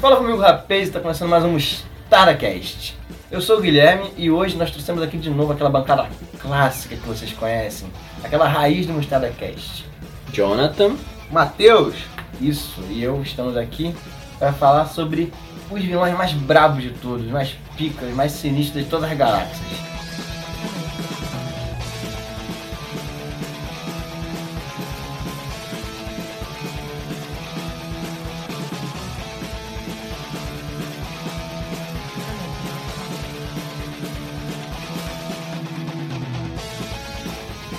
Fala comigo, rapaz, está começando mais um Staracast. Eu sou o Guilherme e hoje nós trouxemos aqui de novo aquela bancada clássica que vocês conhecem, aquela raiz do Mostaracast. Jonathan. Matheus, isso, e eu estamos aqui para falar sobre os vilões mais bravos de todos, mais picas, mais sinistros de todas as galáxias.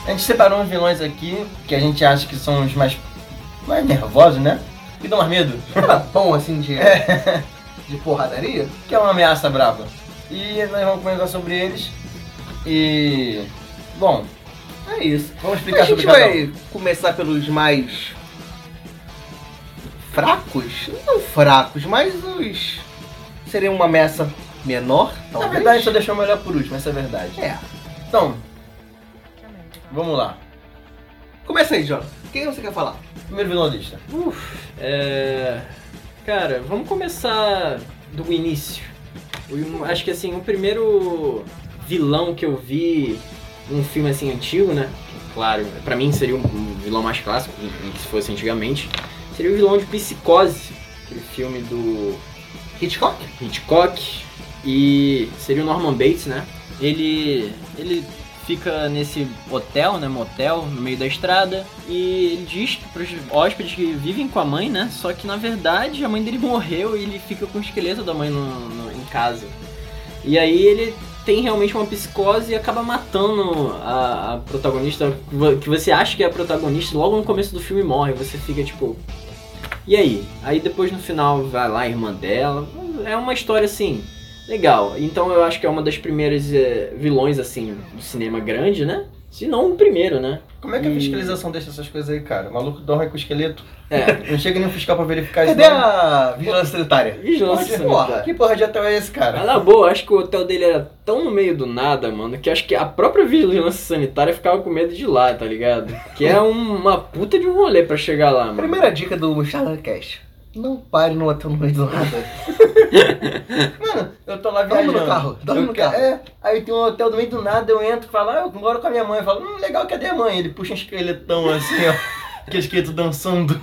A gente separou uns vilões aqui que a gente acha que são os mais, mais nervosos, né? Que dão mais medo. Bom, assim, de, de porradaria? que é uma ameaça brava. E nós vamos comentar sobre eles. E. Bom, É isso. vamos explicar A gente sobre cada um. vai começar pelos mais fracos? Não fracos, mas os. Seria uma ameaça menor, Na talvez. verdade, só deixou o melhor por último, essa é a verdade. É. Então, vamos lá. Começa aí, Jonathan. Quem você quer falar? Primeiro vilão da lista. É... Cara, vamos começar do início. O- Acho que assim, o primeiro vilão que eu vi num filme assim antigo, né? Que, Claro, pra mim seria um- um vilão mais clássico, em- em que se fosse antigamente, seria o vilão de Psicose, aquele filme do Hitchcock? Hitchcock e seria o Norman Bates, né? Ele ele fica nesse hotel, né, motel, no meio da estrada e ele diz para os hóspedes que vivem com a mãe, né? Só que na verdade a mãe dele morreu e ele fica com o esqueleto da mãe no, no- em casa. E aí ele tem realmente uma psicose e acaba matando a, a protagonista que vo- que você acha que é a protagonista logo no começo do filme morre. Você fica tipo, e aí? Aí depois no final vai lá a irmã dela. É uma história assim, legal. Então eu acho que é uma das primeiras eh, vilões assim do cinema grande, né? Se não o primeiro, né? Como é que a E- fiscalização deixa essas coisas aí, cara? O maluco dorme com o esqueleto. É. Não chega nenhum fiscal pra verificar Cadê isso. não. a vigilância sanitária? Vigilância Porra, Porra, sanitária. que porra de hotel é esse, cara? Mas na boa, acho que o hotel dele era tão no meio do nada, mano, que acho que a própria vigilância sanitária ficava com medo de ir lá, tá ligado? Que é um- uma puta de um rolê pra chegar lá, mano. Primeira dica do Charlancast. Não pare no hotel no meio do nada. Mano, eu tô lá Dorme viajando. no carro, dorme Eu no quero- carro. É, aí tem um hotel do meio do nada, eu entro, falo, ah, eu moro com a minha mãe. Eu falo, hum, legal, cadê a mãe? Ele puxa um esqueletão assim, ó. Que esqueleto dançando.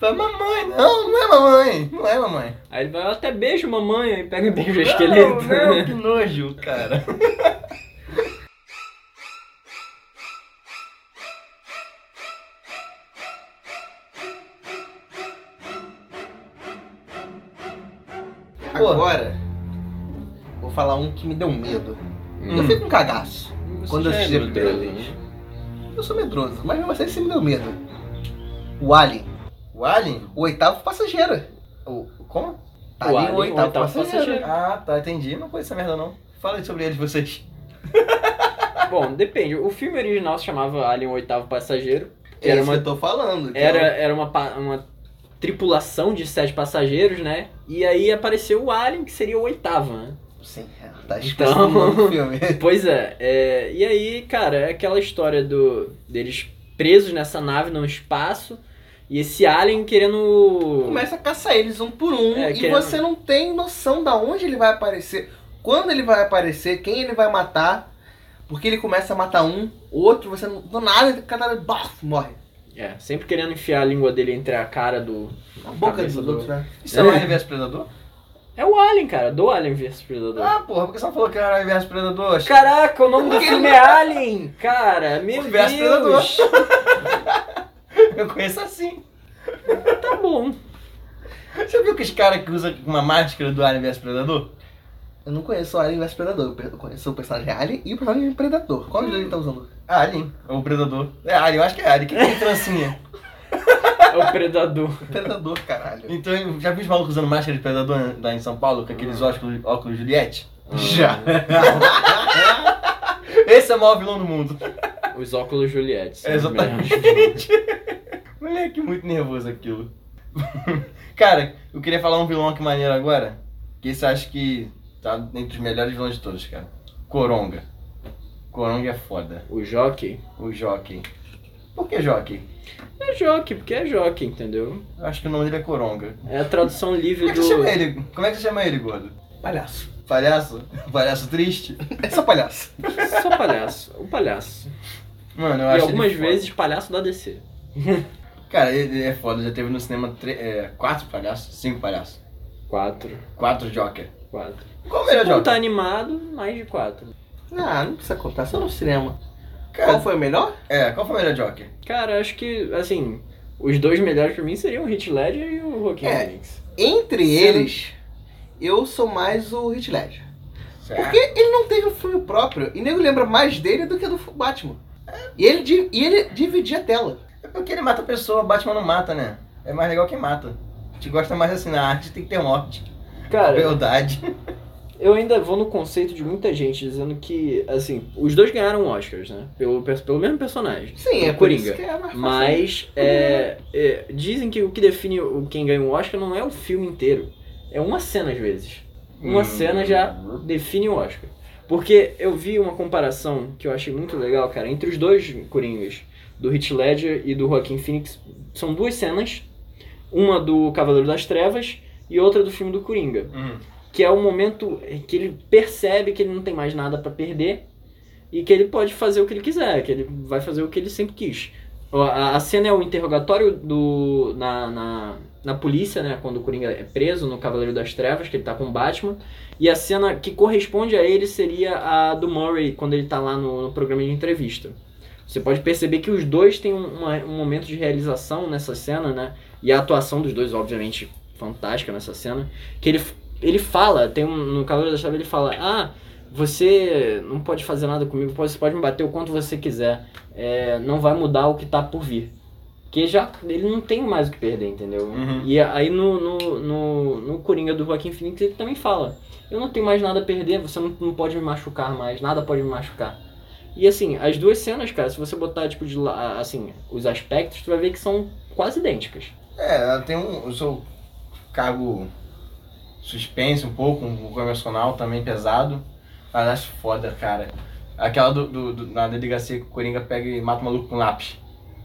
Fala, mamãe, não, não é mamãe. Não é mamãe. Aí ele vai "Eu até beijo mamãe, aí pega e beija o esqueleto. Não, não, né? que nojo, cara. Porra. Agora, vou falar um que me deu medo. Eu Hum. fico com cagaço. Quando eu Você já assisti a é primeira medroso, vez. né? Eu sou medroso, mas mesmo assim você me deu medo. O Alien, O Alien? o oitavo passageiro. O, como? O Alien, Alien, o oitavo passageiro. Ah, tá, entendi. Não conheço essa merda, não. Fala aí sobre eles, vocês. Bom, depende. O filme original se chamava Alien o Oitavo Passageiro. Que É era isso que uma, eu tô falando. que era, é era uma, pa- uma tripulação de sete passageiros, né? E aí apareceu o Alien, que seria o oitavo, né? o- Sim, é, tá expressando Então- o nome do filme. Pois é, é, e aí, cara, é aquela história do deles presos nessa nave no espaço e esse alien querendo. Começa a caçar eles um por um É, e querendo- você não tem noção da onde ele vai aparecer, quando ele vai aparecer, quem ele vai matar. Porque ele começa a matar um, outro, você não. Do nada, cada vez. baf, morre. É, sempre querendo enfiar a língua dele entre a cara do. Na boca Cabeça dos do- outros, né? Isso é o Alien vs Predador? É o Alien, cara, do Alien vs Predador. Ah, porra, por que você não falou que era Alien vs Predador? Caraca, o nome do filme é Alien, cara, meu O verso Deus. Eu conheço assim. Tá bom. Você viu que os caras que usam uma máscara do Alien vs Predador? Eu não conheço o Alien vs Predador, eu pe- eu conheço o personagem Alien e o personagem Predador. Qual dos dois ele tá usando? Alien, ou Predador. É Alien, eu acho que é Alien, que tem trancinha. É o Predador. Predador, caralho. Então, eu já vi os malucos usando máscara de Predador lá em São Paulo, com aqueles óculos, óculos Juliette? Já. Esse é o maior vilão do mundo. Os óculos Juliette. são É, os exatamente. melhores. Moleque, muito nervoso aquilo. Cara, eu queria falar um vilão aqui maneiro agora. Que esse eu acho que tá entre os melhores vilões de todos, cara. Coronga. Coronga é foda. O Jockey. O Jockey. Por que Jockey? É Joque, porque é Joque, entendeu? Eu acho que o nome dele é Coronga. É a tradução livre Como é que você chama do. ele? Como é que você chama ele, gordo? Palhaço. Palhaço? Palhaço triste? É só palhaço. Só palhaço. O palhaço. Mano, eu E acho algumas ele foda. vezes palhaço da DC. Cara, ele é foda. Já teve no cinema tre- é, quatro palhaços, cinco palhaços, Quatro. quatro Joker. Quatro. Qual o melhor Como tá Joker? animado, mais de quatro. Ah, não precisa contar, só no cinema. Qual Cara, foi o melhor? é, qual foi o melhor Joker? Cara, acho que, assim, os dois melhores pra mim seriam o Hit Ledger e o Joaquin É. Phoenix. Entre Sim. eles, eu sou mais o Heath Ledger. É. é Porque ele não teve um filme próprio. E nego lembra mais dele do que do Batman. E ele, di- e ele dividia a tela. É porque ele mata a pessoa, Batman não mata, né? É mais legal quem mata. A gente gosta mais assim, na arte tem que ter morte, Cara, crueldade. eu ainda vou no conceito de muita gente dizendo que, assim, os dois ganharam Oscars, né? Pelo, pelo mesmo personagem. Sim, é O por isso Coringa. que é mais fácil. Mas é, é, dizem que o que define o quem ganha o Oscar não é o filme inteiro. É uma cena às vezes. Uma Hum. cena já define o Oscar. Porque eu vi uma comparação que eu achei muito legal, cara, entre os dois Coringas, do Heath Ledger e do Joaquin Phoenix, são duas cenas, uma do Cavaleiro das Trevas e outra do filme do Coringa Hum. que é o momento que ele percebe que ele não tem mais nada pra perder e que ele pode fazer o que ele quiser, que ele vai fazer o que ele sempre quis. Ó, A, a cena é o interrogatório do na, na, na polícia, né, quando o Coringa é preso no Cavaleiro das Trevas, que ele tá com o Batman, e a cena que corresponde a ele seria a do Murray quando ele tá lá no, no programa de entrevista. Você pode perceber que os dois têm um, uma- um momento de realização nessa cena, né? E a atuação dos dois, obviamente, fantástica nessa cena. Que ele ele fala, tem um, no Cavaleiro da Chave ele fala, ah, você não pode fazer nada comigo, pode- você pode me bater o quanto você quiser, é, não vai mudar o que tá por vir. Porque já, ele não tem mais o que perder, entendeu? Uhum. E a- aí no, no, no, no Coringa do Joaquim Phoenix ele também fala, eu não tenho mais nada a perder, você não, não pode me machucar mais, nada pode me machucar. E assim, as duas cenas, cara, se você botar, tipo, de la- assim, os aspectos, tu vai ver que são quase idênticas. É, ela tem um. Eu sou cargo suspense um pouco, um pouco emocional também pesado. Mas acho foda, cara. Aquela do, do- do- na delegacia que o Coringa pega e mata o maluco com lápis.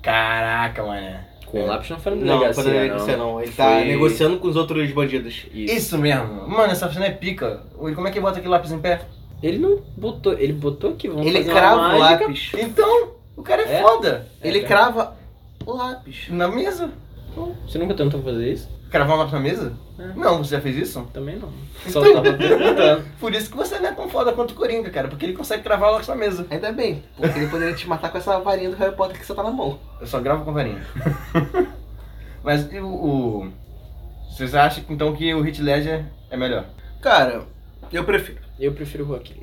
Caraca, mané. Com É. o lápis não foi na Não, não delegacia, foi na delegacia, não. Ele tá Foi- negociando com os outros bandidos. Isso. Isso mesmo. Mano, essa cena é pica. Ui, Como é que bota aquele lápis em pé? Ele não botou, ele botou que vamos Ele fazer crava uma o mágica. lápis. Então, o cara é, É? foda. Ele cara. crava o lápis. Na mesa? Você nunca tentou fazer isso? Cravar um lápis na mesa? É. Não, você já fez isso? Também não. Só tava perguntando. Por isso que você não é tão foda quanto o Coringa, cara. Porque ele consegue cravar o lápis na mesa. Ainda bem, porque ele poderia te matar com essa varinha do Harry Potter que você tá na mão. Eu só gravo com a varinha. Mas e o, o- Vocês acham então que o Hit Ledger é melhor? Cara, eu prefiro. Eu prefiro o Joaquim.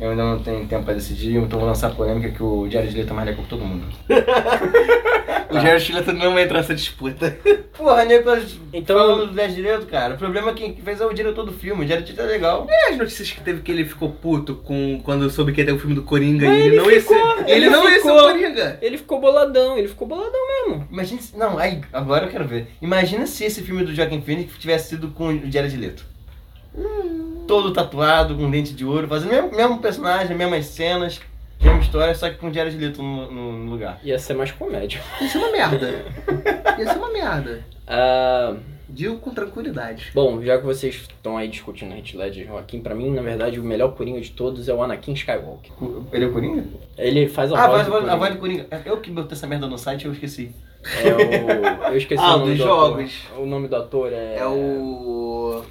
Eu ainda não tenho tempo pra decidir, então vou lançar a polêmica que o Jared Leto é mais legal que todo mundo. O Jared Leto não vai entrar nessa disputa. Porra, nego, Então- falando do Jared Leto, cara. O problema é quem fez é o diretor do filme. O Jared Leto é legal. É as notícias que teve que ele ficou puto com quando soube que ia ter o filme do Coringa e ele, não ia ser. Ele, ele não ia ser o ficou. Coringa. Ele ficou boladão, ele ficou boladão. Imagina se... Não, aí, agora eu quero ver. Imagina se esse filme do Joaquin Phoenix tivesse sido com o Jared Leto. Todo tatuado, com dente de ouro, fazendo o mesmo, mesmo personagem, mesmas cenas, mesma história, só que com o Jared Leto no- no- no lugar. Ia ser mais comédia. Ia ser uma merda. Ia ser uma merda. Ah, Digo com tranquilidade. bom, já que vocês estão aí discutindo Heath Ledger e Joaquim, pra mim, na verdade, o melhor Coringa de todos é o Anakin Skywalker. Co- Ele é o Coringa? Ele faz a Ah, voz, voz do voz, a Coringa. voz do Coringa. É, Eu que botei essa merda no site e eu esqueci. É o... Eu esqueci Ah, o nome dos do jogos. ator. O nome do ator é... É, o.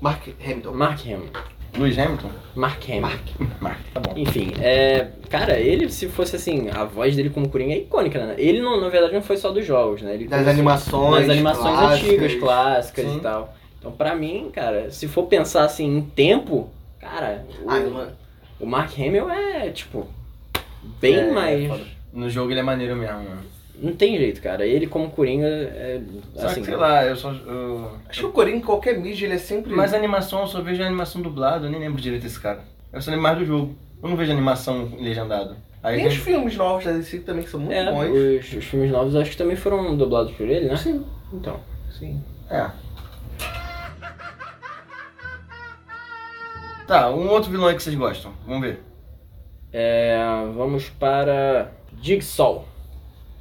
Mark Hamilton. Mark Hamill. Lewis Hamilton? Mark Hamill. Mark. Mark, tá bom. Enfim, é. Cara, ele, se fosse assim, a voz dele como Coringa é icônica, né? Ele, não, na verdade, não foi só dos jogos, né? Ele Das começou- animações. das animações clássicas. antigas, clássicas Sim. e tal. Então, pra mim, cara, se for pensar assim em tempo, cara, o, Ah, mano. o Mark Hamill é, tipo, bem É, mais. é foda. No jogo ele é maneiro mesmo. né? não tem jeito, cara. Ele como Coringa é. Só assim, que sei lá, eu só. eu- Acho que o Coringa em qualquer mídia ele é sempre. Mas a animação, eu só vejo a animação dublada, eu nem lembro direito desse cara. Eu só lembro mais do jogo. Eu não vejo animação legendada. Aí Tem os tem- filmes novos da DC também que são muito É, bons. os, os filmes novos acho que também foram dublados por ele, né? Sim. Então. Sim. É. Tá, um outro vilão aí que vocês gostam. Vamos ver. É, vamos para. Jigsaw.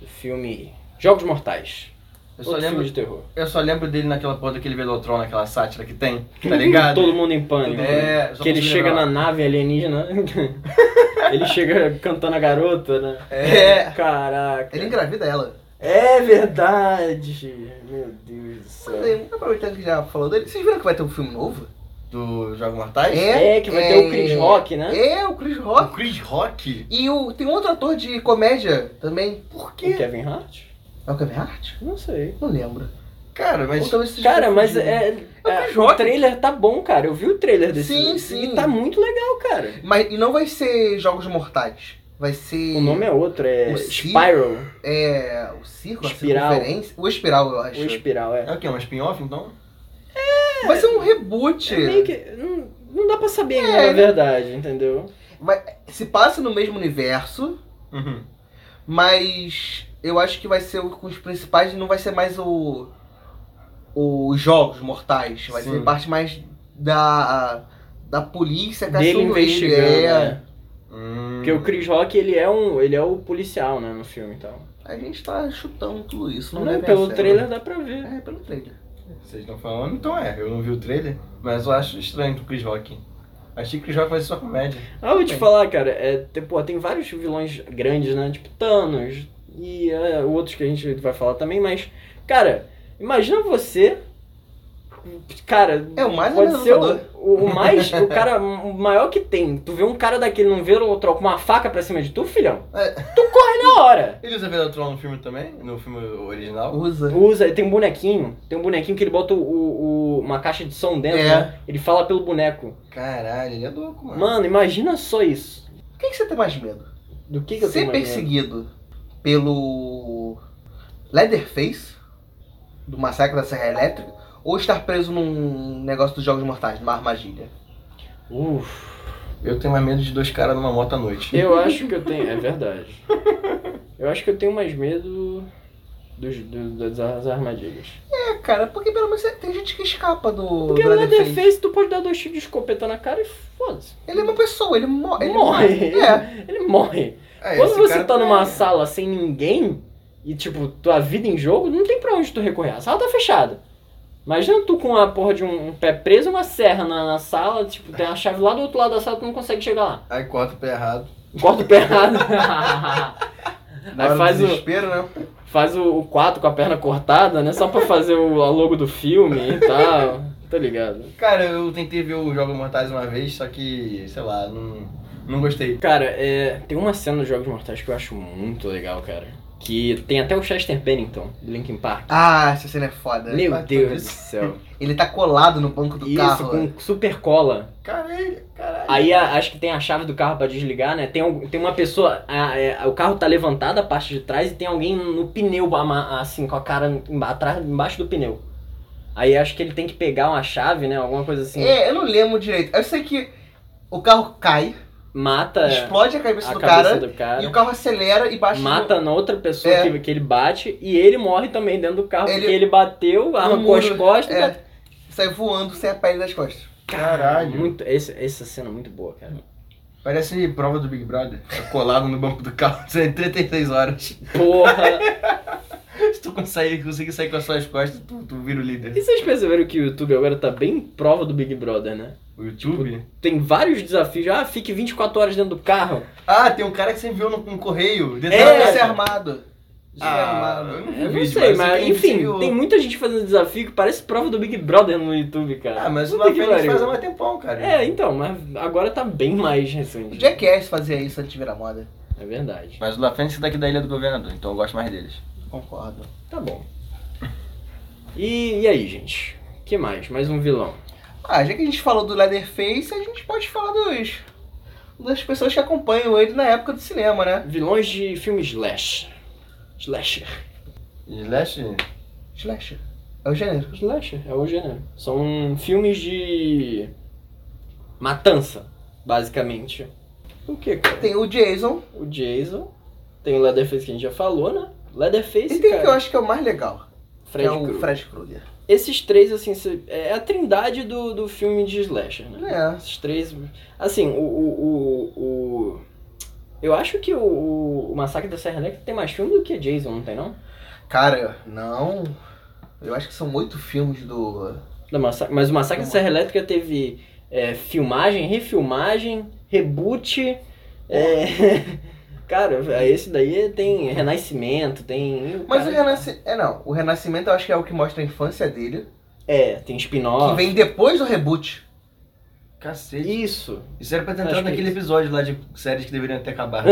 do filme Jogos Mortais. Eu só, Outro filme de lembro, terror. eu só lembro dele naquela porra daquele Velotron, naquela sátira que tem, tá ligado? Todo mundo em pânico. É, né? só que ele consigo chega lembrar. na nave alienígena. né? ele chega cantando a garota, né? É. Caraca. Ele engravida ela. É verdade. Meu Deus do céu. Mas, Aproveitando que já falou dele, vocês viram que vai ter um filme novo? Do Jogos Mortais? É, que vai ter o Chris Rock, né? né? É, o Chris O Rock. Chris Rock? E o, tem um outro ator de comédia também. Por quê? O Kevin Hart? É o Kevin Hart? Não sei. Não lembro. Cara, mas. Ou talvez seja Cara, mas confundido. é, É o é, Chris o Rock. trailer tá bom, cara. Eu vi o trailer desse. Sim, e sim. tá muito legal, cara. Mas e não vai ser Jogos Mortais. Vai ser. é- O nome é outro, é O Cid? Spiral. É. O Circo, Espiral. a circunferência. O Espiral, eu acho. O Espiral, é. É o quê? Um spin-off então? Vai ser um reboot. É meio que. Não, não dá pra saber ainda, É. na verdade, entendeu? Se passa no mesmo universo, Uhum. mas eu acho que vai ser o- com os principais. Não vai ser mais o. Os Jogos Mortais. Vai Sim. ser parte mais da. Da polícia Dele caçando ele, investigando. tá é. né? Hum. Porque o Chris Rock, ele é um. ele é o policial, né, no filme, então. A gente tá chutando tudo isso. Não, Não, deve pelo ser, trailer dá pra ver. né? É, pelo trailer. Vocês estão falando? Então é, eu não vi o trailer, mas eu acho estranho do Chris Rock. Achei que o Chris Rock fazia só comédia. Ah, eu vou te Bem. falar, cara, é, tem, pô, tem vários vilões grandes, né? Tipo Thanos e é, outros que a gente vai falar também, mas, cara, imagina você. Cara, É o mais pode ser amedrontador. o, o, o mais. o cara o maior que tem. Tu vê um cara daquele num Velotron com uma faca pra cima de tu, filhão. É. Tu corre na hora. Ele usa Velotron no filme também? No filme original? Usa. Usa, tem um bonequinho. Tem um bonequinho que ele bota o, o- uma caixa de som dentro, É. né? Ele fala pelo boneco. Caralho, ele é louco, mano. Mano, imagina só isso. O que, que você tem mais medo? Do que, que eu Ser tenho mais medo? perseguido pelo Leatherface, do Massacre da Serra Elétrica, ou estar preso num negócio dos Jogos Mortais, numa armadilha? Uf. Eu tenho mais medo de dois caras numa moto à noite. Eu acho que eu tenho. É verdade. Eu acho que eu tenho mais medo dos, do- das armadilhas. É, cara, porque pelo menos tem gente que escapa do, Porque do o Leatherface. Leatherface, tu pode dar dois tiros de escopeta na cara e foda-se. Ele é uma pessoa, ele, mo ele morre. É. Ele morre. Ah, Quando esse você cara tá também numa é. sala sem ninguém e, tipo, tua vida em jogo, não tem pra onde tu recorrer. A sala tá fechada. Imagina tu com a porra de um, um pé preso e uma serra na, na sala, tipo, tem a chave lá do outro lado da sala, tu não consegue chegar lá. Aí corta o pé errado. Corta o pé errado. Na hora Aí do faz o, desespero, né? faz o 4 com a perna cortada, né? Só pra fazer o a logo do filme e tal. Tá ligado? Cara, eu tentei ver o Jogos Mortais uma vez, só que, sei lá, não, não gostei. Cara, é, tem uma cena dos Jogos Mortais que eu acho muito legal, cara. Que tem até o Chester Bennington, do Linkin Park. Ah, essa cena é foda. Meu vai Deus do fazer céu. Ele tá colado no banco do Isso, carro. né? com super cola. Caralho, caralho. Aí a- acho que tem a chave do carro pra desligar, né? Tem, um- tem uma pessoa. a- é, o carro tá levantado, a parte de trás, e tem alguém no pneu, ama- assim, com a cara emba- atrás, embaixo do pneu. Aí acho que ele tem que pegar uma chave, né? Alguma coisa assim. É, eu não lembro direito. Eu sei que o carro cai, Mata. explode a É. a cabeça do cabeça cara, do cara. e o carro acelera e bate no- Mata na outra pessoa É. que, que ele bate e ele morre também dentro do carro, Ele- porque ele bateu, arrancou as muro, costas. é. bateu- sai voando sem a pele das costas. Caralho. Muito, esse- essa cena é muito boa, cara. Parece prova do Big Brother. Tá Colado no banco do carro, 36 horas. Porra! Se tu conseguir, conseguir sair com as suas costas, tu, tu vira o líder. e vocês perceberam que o YouTube agora tá bem em prova do Big Brother, né? O YouTube? Tem vários desafios. Ah, fique 24 horas dentro do carro. Ah, tem um cara que você enviou no, no correio. É, É, você é cara. armado. Você é Ah, armado. eu não vi Eu não vídeo, sei, eu mas que você enfim, viu. tem muita gente fazendo desafio que parece prova do Big Brother no YouTube, cara. Ah, mas o Puta La que Fênix pariu. faz há mais tempão, cara. É, então, mas agora tá bem mais O recente. Jackass fazia isso antes de virar moda. É verdade. Mas o La Fênix é daqui da Ilha do Governador, então eu gosto mais deles. Concordo. Tá bom. E, e aí, gente? que mais? Mais um vilão. Ah, já que a gente falou do Leatherface, a gente pode falar dos... Das pessoas que acompanham ele na época do cinema, né? Vilões de filme slash. Slasher. Slash? Slasher. É o gênero. Slasher é o gênero. São filmes de. Matança, basicamente. O que, cara? Tem o Jason. O Jason. Tem o Leatherface que a gente já falou, né? Leatherface, e tem o cara. que eu acho que é o mais legal. que Fred é o Krueger. Fred Krueger. Esses três, assim, se- é a trindade do, do filme de slasher, né? É. Esses três. Assim, o. o, o, o- Eu acho que o, o- o Massacre da Serra Elétrica tem mais filme do que Jason, não tem não? Cara, não. Eu acho que são oito filmes do. Da Massa- Mas o Massacre da Serra Elétrica teve é, filmagem, refilmagem, reboot. é, Cara, esse daí tem renascimento, tem. Mas o cara, Renascimento. É não. O Renascimento eu acho que é o que mostra a infância dele. É, tem Que spin-off. vem depois do reboot. Cacete. Isso. Isso era pra ter Acho entrado que é naquele isso. episódio lá de séries que deveriam ter acabado.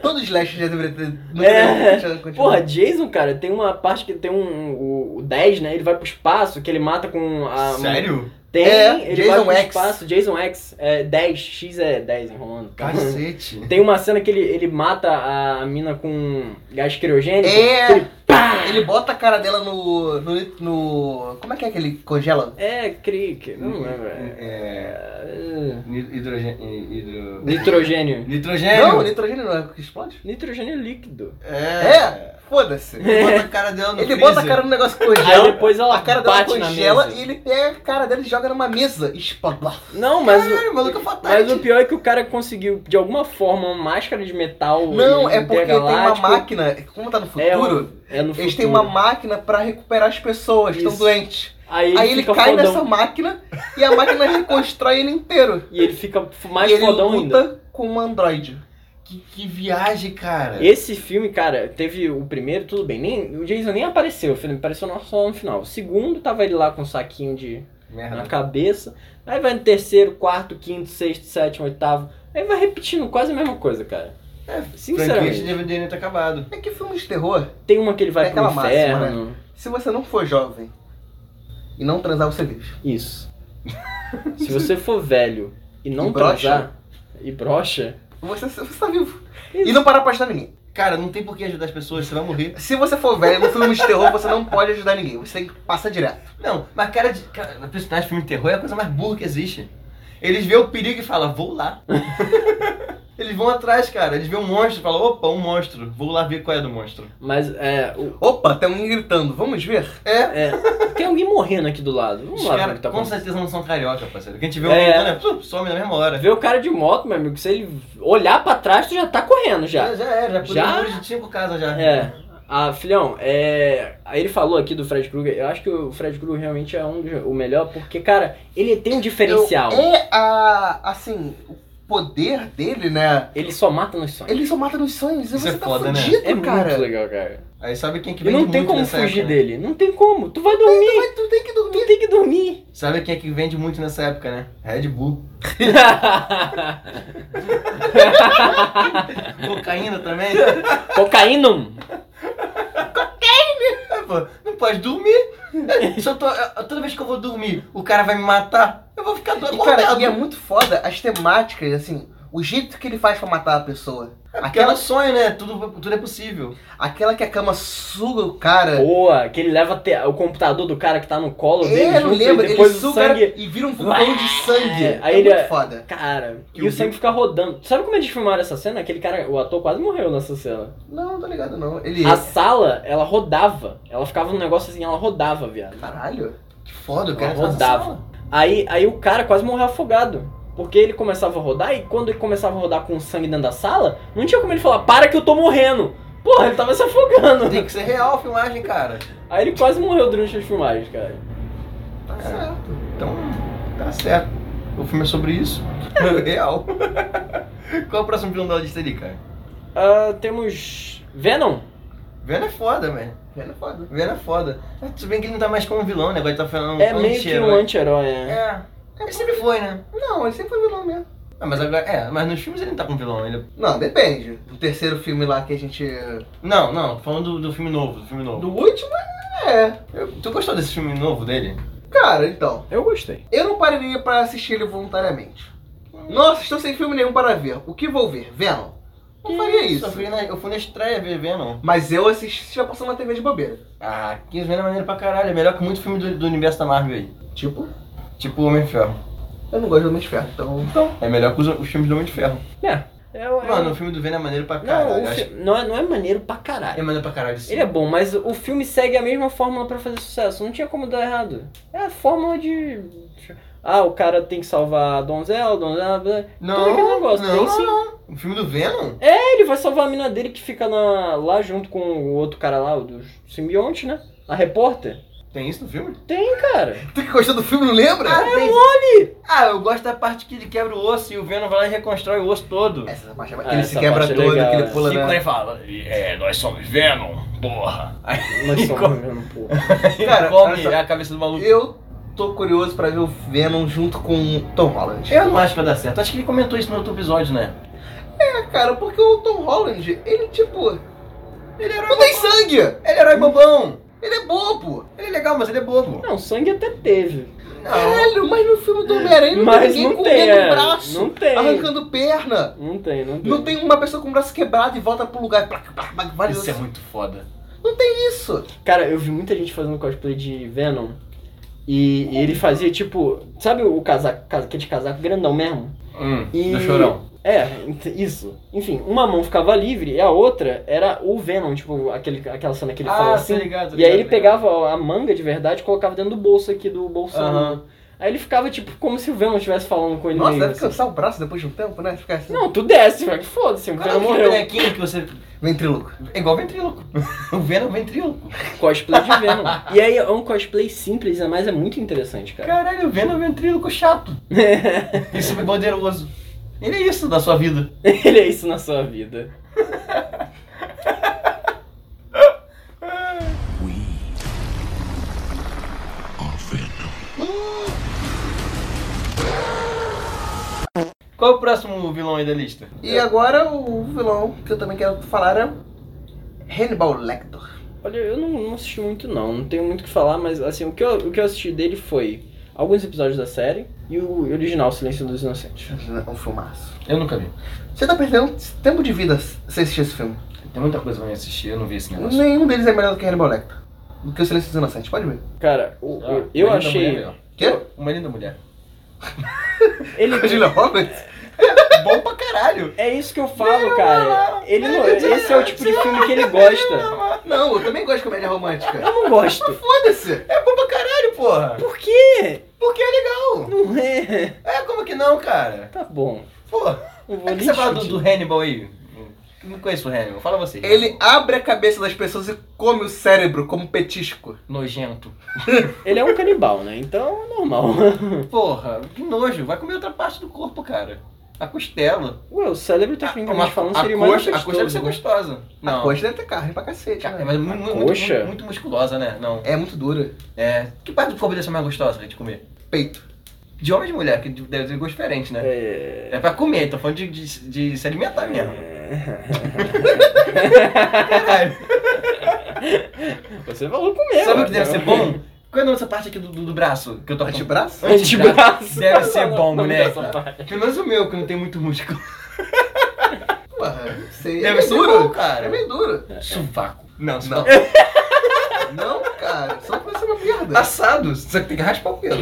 Todo slasher já deveria ter. não É. deveria ter continuado. Porra, Jason, cara, tem uma parte que tem um. O, o 10, né? Ele vai pro espaço, que ele mata com Ah, a. Sério? Tem, É, ele Jason vai pro X. espaço, Jason X, é 10, X é 10 em romano. Cacete. Tem uma cena que ele, ele mata a mina com gás criogênico. que É. Ele, pá! Ele bota a cara dela no. no. no- como é que é que ele congela? É, cric, não lembro. é. É. É, ni- Hidrogênio. Hidro... Nitrogênio. Nitrogênio? Não, o nitrogênio não é que explode? Nitrogênio líquido. É. Foda-se. Ele bota É. a cara dela no Ele bota a freezer. cara no negócio que Aí congela. depois ela A cara dela bate na congela mesa. e ele pega a cara dela e joga numa mesa. Explode. Não, mas o, Caralho, maluco é fatal. mas o pior é que o cara conseguiu, de alguma forma, uma máscara de metal. Não, e- é porque tem uma intergaláctico. máquina, como tá no futuro, É, É no eles futuro. têm uma máquina pra recuperar as pessoas que estão Isso. doentes. Aí ele, Aí ele fica cai fodão. nessa máquina e a máquina reconstrói ele inteiro. E ele fica f- mais e ele fodão luta ainda. com um androide. Que, que viagem, cara. Esse filme, cara, teve o primeiro, tudo bem. Nem, o Jason nem apareceu, o filme apareceu só no final. O segundo, tava ele lá com um saquinho de, na Merda. cabeça. Aí vai no terceiro, quarto, quinto, sexto, sétimo, oitavo. Aí vai repetindo quase a mesma coisa, cara. É, Franquia Sinceramente, deveriam ter tá acabado. É que filme de terror, tem uma que ele vai É pro aquela máxima, né? inferno. se você não for jovem e não transar, você vive. Isso. Se você for velho e não E broxa. transar e brocha, Você, você tá vivo. E não parar pra ajudar ninguém. Cara, não tem por que ajudar as pessoas, você vai morrer. Se você for velho no filme de terror, você não pode ajudar ninguém. Você tem que passar direto. Não, mas cara, de, cara na personagem de filme de terror é a coisa mais burra que existe. Eles vê o perigo e falam, vou lá. Eles vão atrás, cara. Eles vê um monstro e falam, opa, um monstro. Vou lá ver qual é do monstro. mas é, o- Opa, tem alguém gritando. Vamos ver? É. é, tem alguém morrendo aqui do lado. Vamos Os lá ver o caras que tá com acontecendo. certeza não são carioca, parceiro. Quem tiver um É. é. né, some na mesma hora. Vê o cara de moto, meu amigo, se ele olhar pra trás, tu já tá correndo já. já é, já pulou Já? um muro de cinco casas já. É. Ah, filhão, é. Aí ele falou aqui do Fred Krueger. Eu acho que o Fred Krueger realmente é um dos, o melhor, porque, cara, ele tem um diferencial. Eu- é a. Assim, o poder dele, né? Ele só mata nos sonhos. Ele só mata nos sonhos. E Isso você é tá foda, né? fudido, É cara. muito legal, cara. Aí sabe quem que E vende não tem muito como nessa fugir época? né? dele. Não tem como. Tu vai dormir, Mas tu tem que dormir. tu tem que dormir. Sabe quem é que vende muito nessa época, né? Red Bull. Cocaína também. Cocaína. É, pô, não pode dormir. É, Se eu tô, é, toda vez que eu vou dormir, o cara vai me matar, eu vou ficar doido. E, cara, acordado. e é muito foda as temáticas, assim, o jeito que ele faz pra matar a pessoa. Porque era Aquela, sonho, né? Tudo, tudo é possível. aquela que a cama suga o cara. Boa, que ele leva te- o computador do cara que tá no colo dele. É, não junto, e lembra, ele depois o suga sangue. e vira um vulcão de sangue. É, É, aí ele- muito foda. Cara, Que e o o sangue fica rodando. Sabe como eles filmaram essa cena? Aquele cara, o ator quase morreu nessa cena. Não, tô ligado não. Ele. é é. assim, A sala, ela rodava. Ela ficava num negócio assim, ela rodava, viado. Caralho. Que foda, o Ela cara tá na rodava. sala. Aí, aí o cara quase morreu afogado. Porque ele começava a rodar e quando ele começava a rodar com o sangue dentro da sala, não tinha como ele falar, para que eu tô morrendo. Porra, ele tava se afogando. Tem que ser real a filmagem, cara. Aí ele quase morreu durante as filmagens, cara. Tá É. certo. Então, tá certo. O filme é sobre isso. É real. Qual é o próximo vilão da lista ali, cara? Ah, temos. Venom? Vendo é foda, velho. Ele é foda. Vendo é foda. É, Se bem que ele não tá mais como vilão, né? Agora ele tá falando É meio que um anti-herói. anti-herói, é. É. Ele sempre foi, né? Não, ele sempre foi vilão mesmo. Ah, mas agora. É, mas nos filmes ele não tá com vilão. Ele... Não, depende. O terceiro filme lá que a gente. Não, não, falando do, do filme novo, do filme novo. Do último é. Eu- Tu gostou desse filme novo dele? Cara, então. Eu gostei. Eu não pararia pra assistir ele voluntariamente. Nossa, estou sem filme nenhum para ver. O que vou ver? Venom. Não faria isso. Eu fui na, eu fui na estreia ver Venom. Mas eu assisti se já passou na TV de bobeira. Ah, que Venom é maneiro pra caralho. É melhor que muito filme do, do universo da Marvel aí. Tipo, Tipo Homem de Ferro. eu não gosto de Homem de Ferro, então. Então, é melhor que os, os filmes do Homem de Ferro. É, eu, Mano, o filme do Venom é maneiro pra não, caralho. o acho- fi- não, é, não é maneiro pra É caralho. maneiro pra caralho, sim. Ele é bom, mas o filme segue a mesma fórmula pra fazer sucesso. Não tinha como dar errado. É a fórmula de. Ah, o cara tem que salvar a donzela, a donzela. blá. Não, Todo aquele negócio, não, tem sim. não, não. O filme do Venom? É, ele vai salvar a mina dele que fica na- lá junto com o outro cara lá, o do simbionte, né? A repórter. Tem isso no filme? Tem, cara. Tu que gostou do filme, não lembra? Ah, tem. Olha! Ah, eu gosto da parte que ele quebra o osso e o Venom vai lá e reconstrói o osso todo. Essa parte é Ah, que ele se essa quebra parte é todo, legal, que é. ele pula Cinco, na... ele fala, é, nós somos Venom, porra. Aí Nós co- somos mesmo, porra. Cara, come olha só. a cabeça do maluco. Eu tô curioso pra ver o Venom junto com o Tom Holland. Eu não acho que vai dar certo. Acho que ele comentou isso no outro episódio, né? É, cara, porque o Tom Holland, ele tipo. não tem sangue! Ele é herói bobão. Ele é bobo! Ele é legal, mas ele é bobo. Não, sangue até teve. Caralho, mas no filme do Homem-Aranha não Mas tem ninguém não com tem, dedo no é. braço, Não tem. arrancando perna. Não tem, não tem. Não tem uma pessoa com o braço quebrado e volta pro lugar. Plac, plac, plac, vários- Isso é muito foda. Não tem isso. Cara, eu vi muita gente fazendo cosplay de Venom. E ele fazia tipo. Sabe o casaco, ca- aquele casaco grandão mesmo? Hum, E... do chorão. É, ent- isso. Enfim, uma mão ficava livre e a outra era o Venom, tipo, aquele, aquela cena que ele falou assim. ligado, E aí ele pegava a manga de verdade e colocava dentro do bolso aqui do bolsão. Aham. Aí ele ficava tipo como se o Venom estivesse falando com ele Nossa, mesmo. deve cansar o braço depois de um tempo, né? Ficar assim. Não, tu desce, velho. Foda-se, o Qual é cara aquele morreu. bonequinho que você... Ventriloco. É igual ventríloco. o Venom é um ventríloco. Cosplay de Venom. E aí é um cosplay simples, mas é muito interessante, cara. Caralho, o Venom é um ventríloco chato. isso é poderoso. Ele é isso da sua vida. Ele é isso na sua vida. Qual é o próximo vilão aí da lista? E agora o vilão que eu também quero falar é Hannibal Lecter. Olha, eu não, não assisti muito não, não tenho muito o que falar, mas assim, o que, eu, o que eu assisti dele foi alguns episódios da série e o original Silêncio dos Inocentes. É um filmaço. Eu nunca vi. Você tá perdendo tempo de vida sem assistir esse filme. Tem muita coisa pra me assistir, eu não vi esse negócio. Nenhum deles é melhor do que Hannibal Lecter. Do que o Silêncio dos Inocentes, pode ver. Cara, o- Ah, eu, eu Uma Linda achei. Mulher, Quê? ó. Uma linda mulher. Ele, Julia Roberts? Bom pra caralho. é isso que eu falo, cara. Ele não- esse é o tipo de filme que ele gosta. Não, eu também gosto de comédia romântica. Eu não gosto. Foda-se! É bom pra caralho, porra. Por quê? Porque é legal. Não é. É, como que não, cara? Tá bom. Pô, Eu vou é que nem você fala do, discutir. do Hannibal aí. Eu Não conheço o Hannibal, fala você. Ele abre a cabeça das pessoas e come o cérebro como petisco. Nojento. Ele é um canibal, né? Então é normal. Porra, que nojo. Vai comer outra parte do corpo, cara. A costela. Ué, o cérebro tá tecnicamente falando a, um seria mais coxa, a gostoso, coxa deve ser né? gostosa. Não. A coxa deve ter carne pra cacete, Cara, né? é mas mu- mu- muito, coxa? Muito, muito musculosa, né? Não. É muito dura. É. Que parte do corpo deve ser mais gostosa de comer? Peito. De homem e de mulher, que deve ter gosto diferente, né? É. É, pra comer, tô falando de, de- de se alimentar mesmo. Caralho. Você falou comigo. Sabe o que cara. deve ser bom? Qual é o nome dessa parte aqui do, do, do braço que eu tô Bate braço? Antebraço. Deve ser é bom, Não, não, moleque. não, não, não. Pelo menos o meu, que não tem muito músculo. Porra, não sei. Deve meio ser bom, cara. É meio duro. Sovaco. Não, Não. sovaco. Não, cara. Só pra ser uma merda. Assado. é Só que tem que raspar o pelo.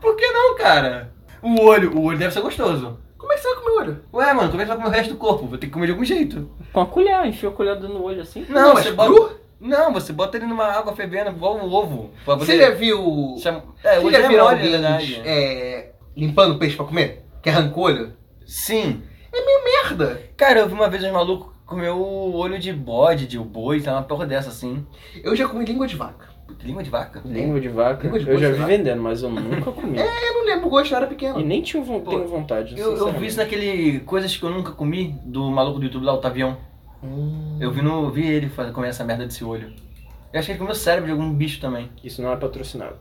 Por que não, cara? O olho, o olho deve ser gostoso. Como é que você vai comer olho? Ué, mano, como é que vai comer o resto do corpo? Vou ter que comer de algum jeito. Com a colher, enfia a colher dentro do olho assim. Não, é Não, você mas bota- cru? Não, você bota ele numa água fervendo igual um ovo. Pra Você já viu... Chama... É, Você hoje já é viu mole, na alguém verdade. né? é, limpando peixe pra comer? Que arrancou olho? Sim. Merda. Cara, eu vi uma vez um maluco comer o olho de bode, de boi, tá uma porra dessa assim. Eu já comi língua de vaca. Língua de vaca? Língua de vaca. Língua de eu já vi boi, será? vendendo, mas eu nunca comi. Eu não lembro o gosto, eu era pequeno. E nem tinha von- Pô, tenho vontade. Eu, eu vi isso naquele Coisas que eu nunca comi do maluco do YouTube lá, Otavião. Hum. Eu vi, no, vi ele fazer, comer essa merda desse olho. Eu acho que ele comeu o cérebro de algum bicho também. Isso não é patrocinado.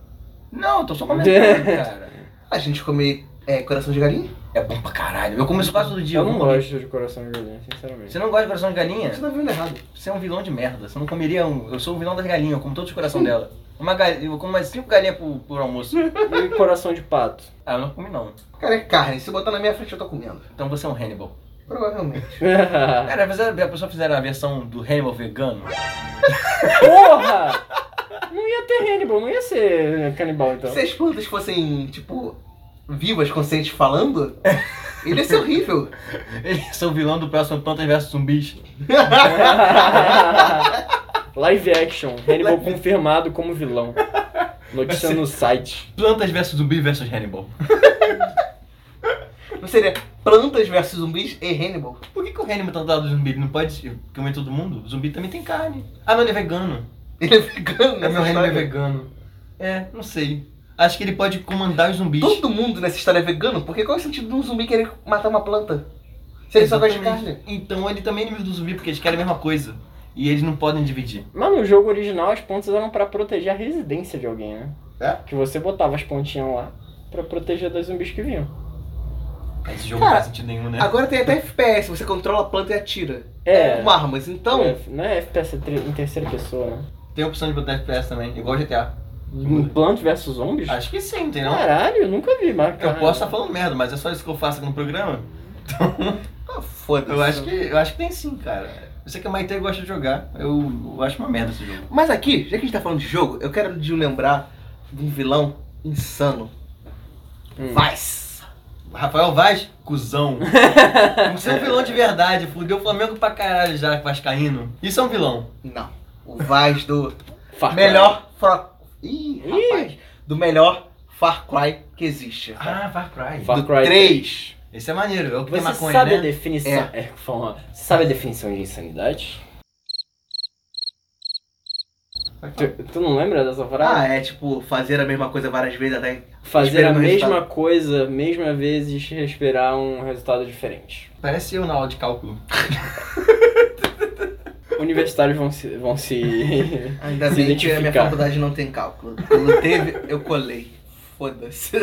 Não, eu tô só comentando, cara. A gente come é, coração de galinha? É bom pra caralho. Eu como isso quase todo dia. Eu não como- gosto de coração de galinha, sinceramente. Você não gosta de coração de galinha? Você tá vendo errado. Você é um vilão de merda. Você não comeria um. Eu sou um vilão das galinhas, eu como todos os coração dela. Uma galinha, eu como mais cinco galinhas por, por almoço. E coração de pato. Ah, eu não comi não. Cara, é carne. Se botar na minha frente, eu tô comendo. Então você é um Hannibal. Provavelmente. Cara, às vezes a pessoa fizeram a versão do Hannibal vegano. Porra! Não ia ter Hannibal, não ia ser canibal então. Se as plantas fossem, tipo, vivas, conscientes, falando, ele ia ser horrível. Eles são é o vilão do próximo Plantas vs Zumbis. Live action, Hannibal confirmado como vilão. Notícia no site. Plantas vs Zumbi vs Hannibal. Não seria Plantas versus zumbis e Hannibal. Por que, que o Hannibal tá do lado do zumbi? Ele não pode comer todo mundo? O zumbi também tem carne. Ah, não, ele é vegano. Ele é vegano. É meu Hannibal é história. vegano. É, não sei. Acho que ele pode comandar os zumbis. Todo mundo nessa história é vegano? Porque qual é o sentido de um zumbi querer matar uma planta? Se ele só gosta de Exatamente. carne. Então ele também é inimigo do zumbi, porque eles querem a mesma coisa. E eles não podem dividir. Mas no jogo original as pontas eram pra proteger a residência de alguém, né? É? Que você botava as pontinhas lá pra proteger dos zumbis que vinham. Esse jogo Cara, não faz sentido nenhum, né? Agora tem até FPS, você controla a planta e atira. É. Com armas. Então, É, não é FPS tre- em terceira pessoa, né? Tem a opção de botar FPS também, igual GTA. Em Plant vs Zombies? Acho que sim, tem É, não? Caralho, eu nunca vi, mas. Eu caralho. posso estar falando merda, mas é só isso que eu faço aqui no programa. ah, foda-se. Eu acho que, eu acho que tem sim, cara. Eu sei que a Maite gosta de jogar. Eu, eu acho uma merda esse jogo. Mas aqui, já que a gente tá falando de jogo, eu quero de lembrar de um vilão insano. Hum. Vice. Rafael Vaz, cuzão. Você é um vilão de verdade. Fudeu o Flamengo pra caralho já, Vascaíno. Isso é um vilão. Não. O Vice do Hum, Far Cry. melhor... Fra... Ih, rapaz. Do melhor Far Cry que existe. Ah, Far Cry. Far do Cry 3. Esse é maneiro. É o que tem Você maconha, sabe né? a definição. É. É, fala. Você sabe a definição de insanidade? Vai falar. Tu, tu não lembra dessa Ah, frase? é tipo fazer a mesma coisa várias vezes até... Fazer a esperando o mesma resultado. coisa, mesma vez e esperar um resultado diferente. Parece eu na aula de cálculo. Universitários vão se. vão se. Ainda se bem que a minha identificar. faculdade não tem cálculo. Quando teve, eu colei. Foda-se.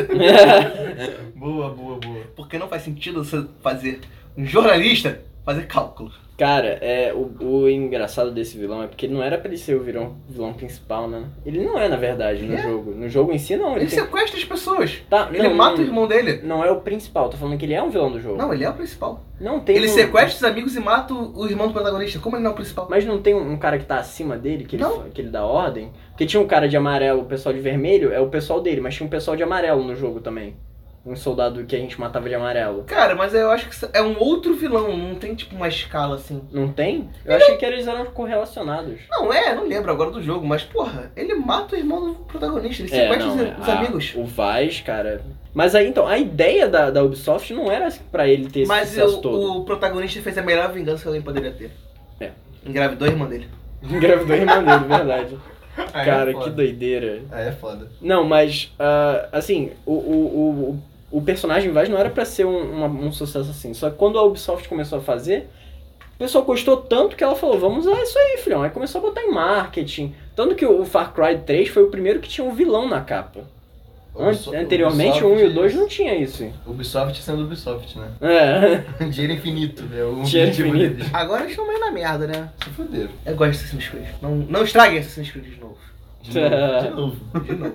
Boa, boa, boa. Porque não faz sentido você fazer um jornalista fazer cálculo. Cara, é, o, o engraçado desse vilão é porque não era pra ele ser o vilão, vilão principal, né? Ele não é, na verdade, no É. jogo. No jogo em si, não. Ele, Ele tem- sequestra as pessoas. tá, Ele não, mata não, o irmão dele. Não é o principal, tô falando que ele é um vilão do jogo. Não, ele é o principal. Não tem ele um- sequestra os amigos e mata o o irmão do protagonista. Como ele não é o principal? Mas não tem um um cara que tá acima dele, que ele, Não. fa- que ele dá ordem? Porque tinha um cara de amarelo, o pessoal de vermelho é o pessoal dele, mas tinha um pessoal de amarelo no jogo também. Um soldado que a gente matava de amarelo. Cara, mas eu acho que isso é um outro vilão. Não tem, tipo, uma escala assim. Não tem? Eu achei que eles eram correlacionados. Não, é, não lembro agora do jogo, mas porra, ele mata o irmão do protagonista. Ele É, sequestra não, os, é. os Ah, amigos. O Vaz, cara. Mas aí então, a ideia da, da Ubisoft não era pra ele ter esse Mas sucesso o, todo. o protagonista fez a melhor vingança que alguém poderia ter. É. Engravidou a irmã dele. Engravidou a irmã dele, verdade. Aí cara, é que foda. doideira. Aí é foda. Não, mas, ah, assim, o, o, o, o personagem Vaz não era pra ser um, uma- um sucesso assim. Só que quando a Ubisoft começou a fazer, o pessoal gostou tanto que ela falou, vamos usar isso aí, filhão. Aí começou a botar em marketing. Tanto que o Far Cry 3 foi o primeiro que tinha um vilão na capa. An- Ubiso- anteriormente, o Ubisoft- é né? 1 e o 2 não tinha isso. Ubisoft sendo Ubisoft, né? É. Dinheiro infinito, é o Dinheiro objetivo infinito. deles. Agora eles estão meio na merda, né? Se fuderam. Eu gosto de Assassin's Creed. Não, não estraguem Assassin's Creed de novo. De novo. De novo. De novo.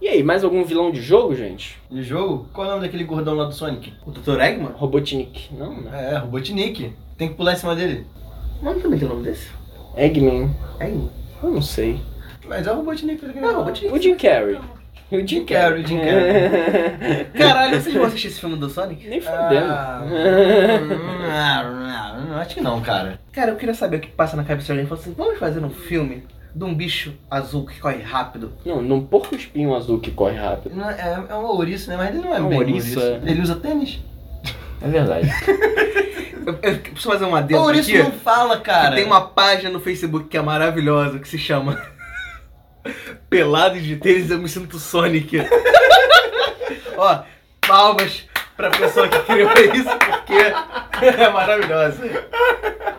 E aí, mais algum vilão de jogo, gente? E o jogo? Qual é o nome daquele gordão lá do Sonic? O Dr. Eggman? Robotnik. Não, né? É, Robotnik. Tem que pular em cima dele. Mano, também tem um nome desse? Eggman. Eggman? Eu não sei. Mas é o Robotnik. É, o Robotnik. O Jim Carrey. O Jim É. Carrey. Carrey, Jim Carrey. Caralho, vocês vão assistir esse filme do Sonic? Nem Ah, fudendo. hum, hum, acho que não, cara. Cara, eu queria saber o que passa na cabeça de alguém. Falou assim, vamos fazer um filme de um bicho azul que corre rápido. Não, num porco espinho azul que corre rápido. Não É, é um ouriço, né? Mas ele não é É um bem ouriço, é. Ele usa tênis. É verdade. Eu, eu preciso fazer um adendo O ouriço aqui. não fala, cara. que tem uma página no Facebook que é maravilhosa, que se chama... Pelados de tênis, eu me sinto Sonic. Ó, palmas pra pessoa que criou isso, porque é maravilhosa.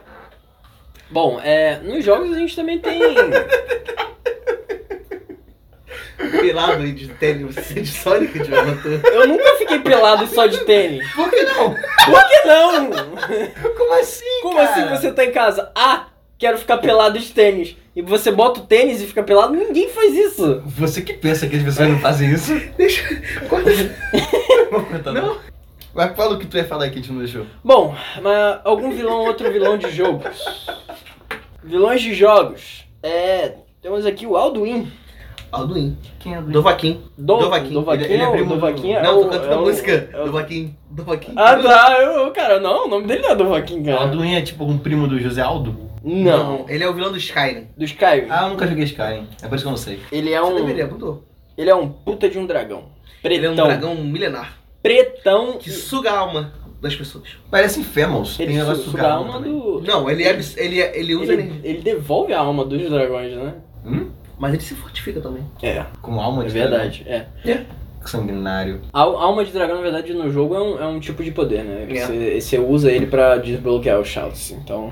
Bom, é, nos jogos a gente também tem. Pelado aí de tênis, você é de Sonic, Jonathan? Eu nunca fiquei pelado só de tênis. Por que não? Por que não? Como assim, Como cara? assim você tá em casa? Ah, quero ficar pelado de tênis. E você bota o tênis e fica pelado? Ninguém faz isso. Você que pensa que as pessoas não fazem isso? Deixa. Corta Vou comentar, não. Mas fala o que tu ia falar aqui, a gente não deixou. Bom, mas algum vilão, outro vilão de jogos. Vilões de jogos. É. Temos aqui o Alduin. Alduin. Quem é Dovaquim. Do, Dovaquin. Dovaquin Ele- ele é é o- primo do- Dovaquin é Não, o- tô é cantando a o- música. é o- Dovaquim. Dovaquim. Ah tá, eu, cara, não, o nome dele não é Dovaquin, cara. Alduin é tipo um primo do José Aldo? Não. Ele é o vilão do Skyrim. Do Skyrim. Ah, eu nunca joguei Skyrim. É por isso que eu não sei. Ele é Você um. deveria, mudou. Ele é um puta de um dragão. Pretão. Ele é um dragão milenar. pretão. Que suga a alma das pessoas. Parecem Femals. Ele tem um su- negócio de suga sugar a alma também. do. né? Não, ele, é abs- ele, ele usa Ele, energia. ele devolve a alma dos dragões, né? Hum? Mas ele se fortifica também. É. Com alma É de verdade, é. dragão. Sanguinário. A a alma de dragão, na verdade, no jogo é um, é um tipo de poder, né? É. Você, você usa ele pra desbloquear os shouts, então...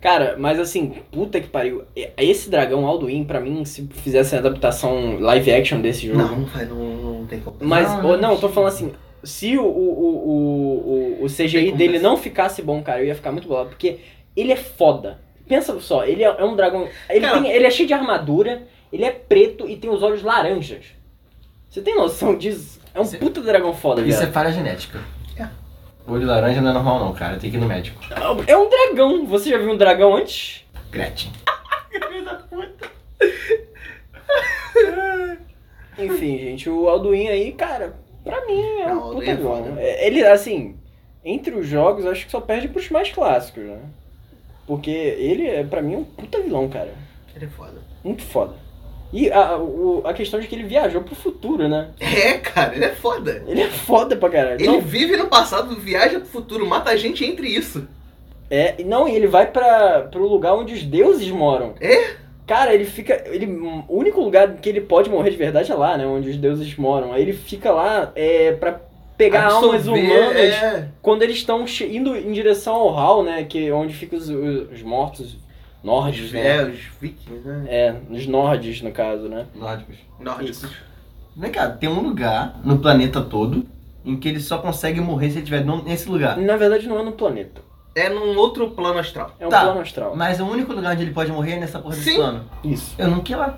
Cara, mas assim, puta que pariu. E- Esse dragão Alduin, pra mim, se fizesse a adaptação live action desse jogo... Não, não faz, não, não tem como. Mas, Não, não, não. não, eu tô falando assim, se o, o, o, o, o CGI como dele fazer. não ficasse bom, cara, eu ia ficar muito bolado, porque ele é foda. Pensa só, ele é, é um dragão... Ele, Cara- tem- ele é cheio de armadura, ele é preto e tem os olhos laranjas. Você tem noção disso? É um Você- puta dragão foda, Isso velho. é falha genética. É. Olho laranja não é normal não, cara. Tem que ir no médico. É um dragão. Você já viu um dragão antes? Gretchen. Enfim, gente, o Alduin aí, cara, pra mim é Não, um Alduin puta é dragão. foda. Ele, assim, entre os jogos, acho que só perde pros mais clássicos, né? Porque ele, é, pra mim, é um puta vilão, cara. Ele é foda. Muito foda. E a, o- a questão de que ele viajou pro futuro, né? É, cara, ele é foda. Ele é foda pra caralho. Ele Não, vive no passado, viaja pro futuro, mata a gente entre isso. é, não, e ele vai pra, pro lugar onde os deuses moram. É? Cara, ele fica. Ele, o único lugar que ele pode morrer de verdade é lá, né? Onde os deuses moram. Aí ele fica lá é, pra pegar almas Absorver, humanas é. quando eles estão che- indo em direção ao Hall, né? Que, onde ficam os, os- os mortos nórdicos, né? É, os vikings, né? É, os nórdicos, no caso, né? Nórdicos. Nórdicos. Vem cá, tem um lugar no planeta todo em que ele só consegue morrer se ele estiver no- nesse lugar. Na verdade, não é no planeta. É num outro plano astral. É um Tá. plano astral. Mas o único lugar onde ele pode morrer é nessa porra desse Sim. plano. Isso. Eu não quero lá.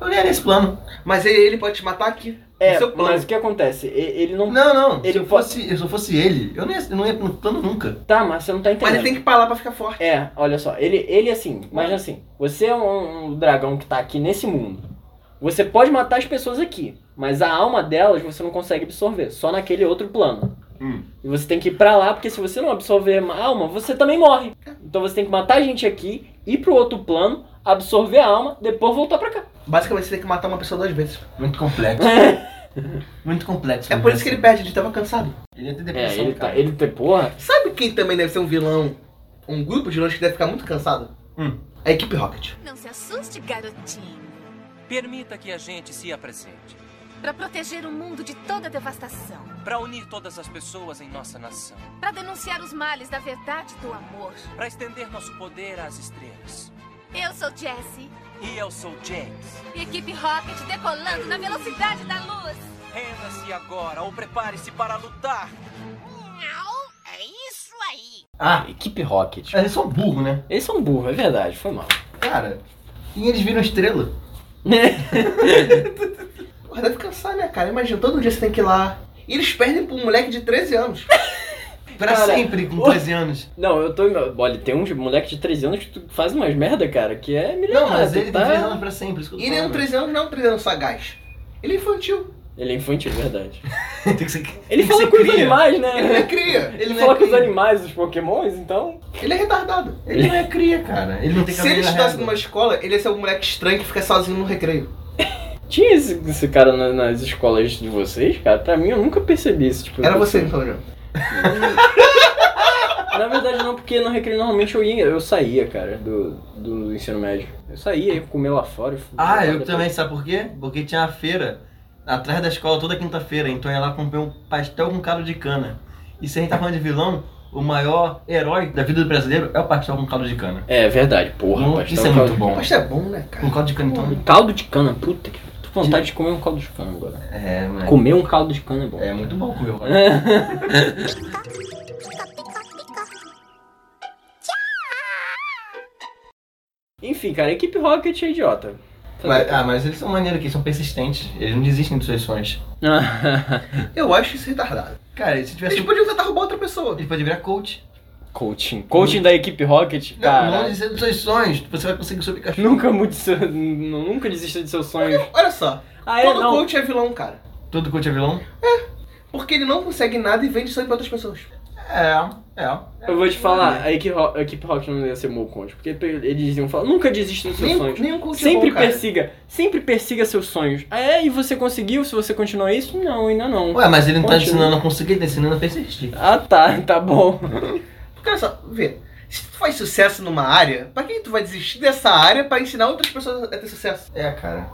Eu ia nesse plano. Mas ele, ele pode te matar aqui. É, Esse é o plano. mas o que acontece? E- Ele não. Não, não. Ele se, eu pode- fosse, eu- se eu fosse ele, eu não ia, eu não ia no plano nunca. Tá, mas você não tá Mas entendendo. ele tem que parar pra ficar forte. É, olha só, ele, ele assim, imagina assim, você é um, um dragão que tá aqui nesse mundo. Você pode matar as pessoas aqui, mas a alma delas você não consegue absorver, só naquele outro plano. Hum. E você tem que ir pra lá, porque se você não absorver a alma, você também morre. Então você tem que matar a gente aqui, ir pro outro plano, absorver a alma, depois voltar pra cá. Basicamente você tem que matar uma pessoa duas vezes. Muito complexo. Muito complexo. É por isso que ele perde, ele tava cansado. Ele ia ter É, depressão, ele cara. tá, ele tem, porra. Sabe quem também deve ser um vilão? Um grupo de vilões que deve ficar muito cansado? Hum. A equipe Rocket. Não se assuste, garotinho. Permita que a gente se apresente Pra proteger o mundo de toda devastação. para unir todas as pessoas em nossa nação, Pra denunciar os males da verdade e do amor. para estender nosso poder às estrelas. Eu sou Jessie. E eu sou James. E equipe Rocket decolando na velocidade da luz. Renda-se agora ou prepare-se para lutar. Não, é isso aí. Ah, Equipe Rocket. eles são burros, né? Eles são burros, é verdade, foi mal. Cara. E eles viram estrela. Porra, deve cansar, né, cara? Imagina, todo dia você tem que ir lá. E eles perdem pra um moleque de 13 anos. Pra Cara, sempre, com o- 13 anos. Não, eu tô. Olha, tem uns moleque de 13 anos que tu faz umas merda, cara, que é milionário. Não, mas tu ele tá... tem 13 anos pra sempre. Isso que eu tô E ele é um falando. 13 anos, não é um 13 anos sagaz. Ele é infantil. Ele é infantil, verdade. Tem que ser- Ele que fala ser com os cria. animais, Ele é né? cria. Ele não fala é com os cria. animais, os pokémons, então. Ele é retardado. Ele não é cria, cara. Ele não tem Se ele cabelo na estudasse régua. numa escola, ele ia ser um moleque estranho que fica sozinho no recreio. Tinha esse, esse cara na- nas escolas de vocês, cara? Pra mim eu nunca percebi esse tipo de Era pessoa. você, então, João. Na verdade não, porque no recreio normalmente eu ia, eu saía, cara, do, do ensino médio. Eu saía, ia comer lá fora. fui- Ah, eu depois- também, sabe por quê? Porque tinha uma feira atrás da escola toda quinta-feira, então eu ia lá comprar um pastel com caldo de cana. E se a gente tá falando de vilão, o maior herói da vida do brasileiro é o pastel com caldo de cana. É verdade, porra, Não, pastel isso é caldo muito de bom. Mas é bom, né, Com cara? caldo de cana, cana. então. Caldo de cana, puta que. Tô com vontade de comer um caldo de cana agora. É, moleque. Comer um caldo de cana é bom. É muito bom comer o caldo. Enfim, cara, a equipe Rocket é idiota. Mas- ah, mas eles são maneiros aqui, são persistentes. Eles não desistem dos seus sonhos. Eu acho isso retardado. Cara, se tivesse Eles um. podiam tentar roubar outra pessoa. Ele pode virar coach. Coaching. Coaching da equipe Rocket, Não, cara. não desista dos seus sonhos. Você vai conseguir o seu Pikachu. Nunca mude seu, nu- nunca desista de seus sonhos. Olha só, Ah, é, todo não. coach é vilão, cara. Todo coach é vilão? Porque ele não consegue nada e vende sangue pra outras pessoas. É, é. Eu vou te falar, a equipe Rock, a equipe Rocket não ia ser um bom conte, porque eles iam falar, nunca desista dos seus Nem- sonhos. nenhum coach é sempre bom, cara. persiga, sempre persiga seus sonhos. Ah, é? E você conseguiu? Se você continuar isso? Não, ainda não. Ué, mas ele não tá Continua. ensinando a conseguir, ele tá ensinando a persistir. Ah tá, tá bom. Porque olha só, vê. Se tu faz sucesso numa área, pra que tu vai desistir dessa área pra ensinar outras pessoas a ter sucesso? É, cara.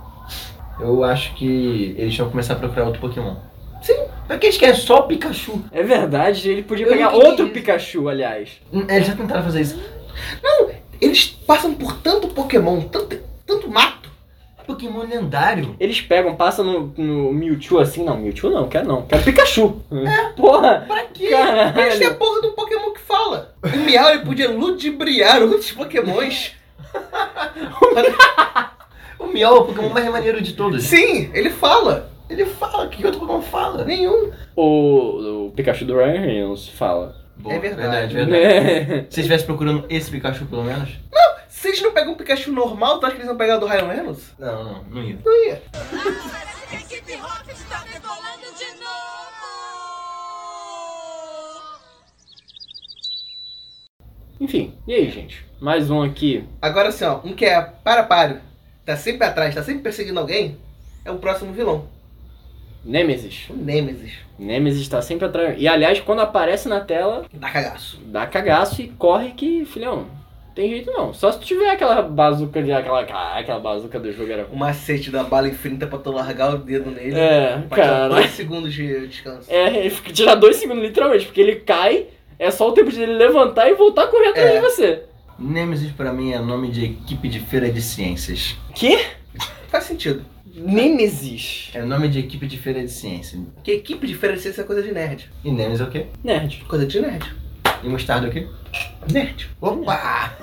Eu acho que eles vão começar a procurar outro Pokémon. Sim. Pra que eles querem só Pikachu? É verdade, ele podia Eu pegar entendi outro isso. Pikachu, aliás. Hum, Eles já tentaram fazer isso. Eles passam por tanto Pokémon, tanto, tanto mato. Pokémon lendário. Eles pegam, passam no, no Mewtwo assim, não, Mewtwo não, quero não, quero Pikachu. É. Porra, Pra quê? Eles têm caralho. a porra de um Pokémon que fala. O Miau ele podia ludibriar outros Pokémons. O Miau é o Pokémon mais maneiro de todos. Sim, ele fala. Ele fala, que outro Pokémon fala? Nenhum. O, o Pikachu do Ryan Reynolds fala. Boa, É verdade. né? É. Se estivesse procurando esse Pikachu, pelo menos? Vocês não pegam um Pikachu normal, tu acha que eles vão pegar o do Ryan Reynolds? Não, não, não ia. A equipe Rocket tá decolando de novo! Enfim, e aí, gente? Mais um aqui. Agora assim, ó, um que é para-paro, tá sempre atrás, tá sempre perseguindo alguém, é o próximo vilão. Nemesis. O Nemesis. Nemesis tá sempre atrás. E aliás, quando aparece na tela, Dá cagaço. dá cagaço e corre que, filhão, tem jeito não. Só se tu tiver aquela bazuca de aquela. ah, Aquela bazuca do jogo era. O macete da bala infinita pra tu largar o dedo nele. É, pra te dar cara. dois segundos de descanso. É, ele fica- tira dois segundos literalmente, porque ele cai, é só o tempo de ele levantar e voltar a correr atrás É. de você. Nemesis pra mim é nome de equipe de feira de ciências. Que? Faz sentido. Nemesis. É nome de equipe de feira de ciência. Porque equipe de feira de ciência é coisa de nerd. E Nemesis é o quê? Nerd. Coisa de nerd. E mostarda é o quê? Nerd. Opa!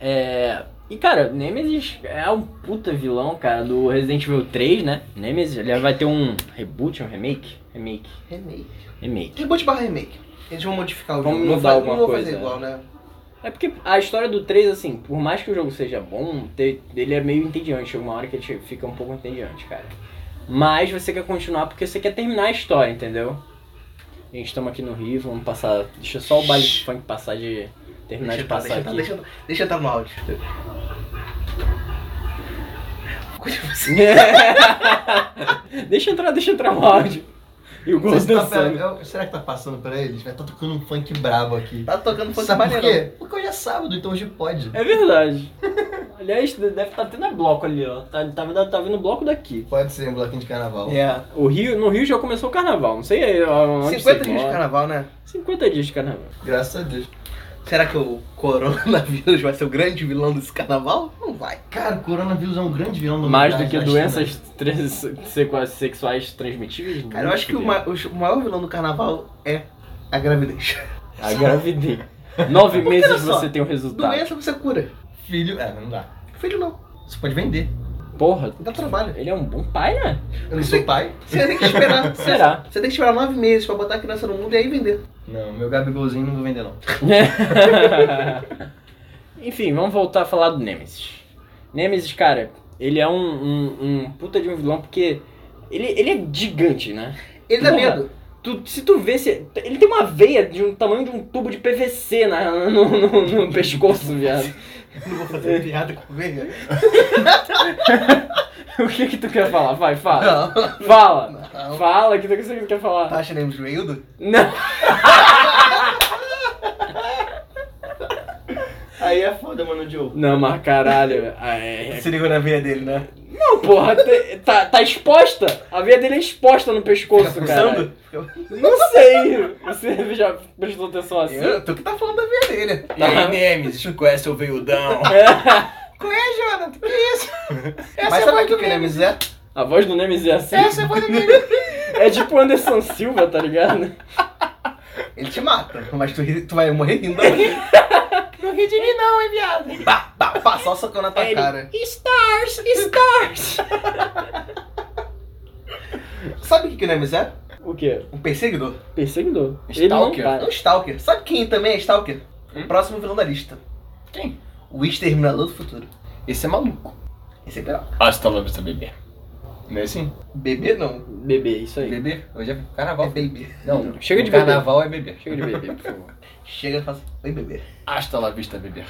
É. E cara, Nemesis é um puta vilão, cara, do Resident Evil 3, né? Nemesis, ele vai ter um reboot, um remake? Remake. Remake. Remake. Reboot barra remake. Eles vão modificar o Vamos jogo. Não mudar fa- alguma não vou coisa, fazer igual, né? É porque a história do 3, assim, por mais que o jogo seja bom, te- ele é meio entediante. Chega uma hora que ele che- fica um pouco entediante, cara. Mas você quer continuar porque você quer terminar a história, entendeu? Gente, estamos aqui no Rio, vamos passar. Deixa só o baile de funk passar de. Terminar Deixa eu de tá, passar deixa eu tá, aqui. deixa eu tá, deixa eu tá no áudio. Continua assim. deixa entrar, deixa entrar o áudio. E o Ghost Será que tá- dançando. eu- Será que tá passando pra eles? Vai tá tocando um funk brabo aqui. Tá tocando funk Sabe por maneiro. quê? Porque hoje é sábado, então hoje pode. É verdade. Aliás, deve estar tendo bloco ali, ó. Tá, tá, vindo- tá vindo bloco daqui. Pode ser um bloquinho de carnaval. É, o Rio, no Rio já começou o carnaval, não sei aí, ó, onde 50 você dias de mora. carnaval, né? 50 dias de carnaval. Graças a Deus. Será que o coronavírus vai ser o grande vilão desse carnaval? Não vai. Cara, o coronavírus é um grande vilão do Mais mundo, do que cara, da doenças China. trans- sequa- sexuais transmitíveis? Cara, eu acho que o, ma- o maior vilão do carnaval é a gravidez. A gravidez. Nove Porque, olha meses só, você tem o resultado. Doença é você cura. Filho. É, não dá. Filho não. Você pode vender. Porra, Dá trabalho. ele é um bom pai, né? Eu não sou pai. Você tem que esperar. você- Será? Você tem que esperar nove meses pra botar a criança no mundo e aí vender. Não, meu Gabigolzinho não vou vender, não. Enfim, vamos voltar a falar do Nemesis. Nemesis, cara, ele é um, um- um puta de um vilão porque ele, ele é gigante, né? Ele dá Porra. medo. Tu- se tu vê, se, ele tem uma veia de um tamanho de um tubo de PVC na, no, no- no pescoço, viado. Não vou fazer piada com veia. O que que tu quer falar? Vai, fala. Não. Tá Fala. Não. Fala, o que que você quer falar? achando ele joelho? Não. Aí é foda, mano, Joe. Não, mas caralho. ah, é- é- Se ligou na veia dele, né? Não, porra, te- tá, tá exposta. A veia dele é exposta no pescoço, cara. Não sei. Você já prestou atenção assim? Eu, tu que tá falando da veia dele. Tá. Nemesis, conhece o veiudão. Qual é, Jonathan? Que isso? Essa Mas é a sabe o voz que do o meme. Nemesis é? A voz do Nemesis é assim. Essa é a voz do meme. É tipo o Anderson Silva, tá ligado? Ele te mata, mas tu, ri- tu vai morrer rindo. não ri de mim não, hein, viado. Pá, pá, pá, só socando na tua Ele, cara. Stars, stars. Sabe o que que o Nemesis é? O quê? Um perseguidor. Perseguidor. Ele não Stalker? para. Um stalker. Sabe quem também é stalker? O próximo vilão da lista. Quem? O exterminador do futuro. Esse é maluco. Esse é pior. Hasta logo, bebê. Não é assim? Bebê não. Bebê, isso aí. Bebê? Hoje é É carnaval. baby. Não, Chega de o beber. carnaval é bebê. Chega de bebê, por favor. Chega e fala assim, oi bebê. Hasta la vista, bebê.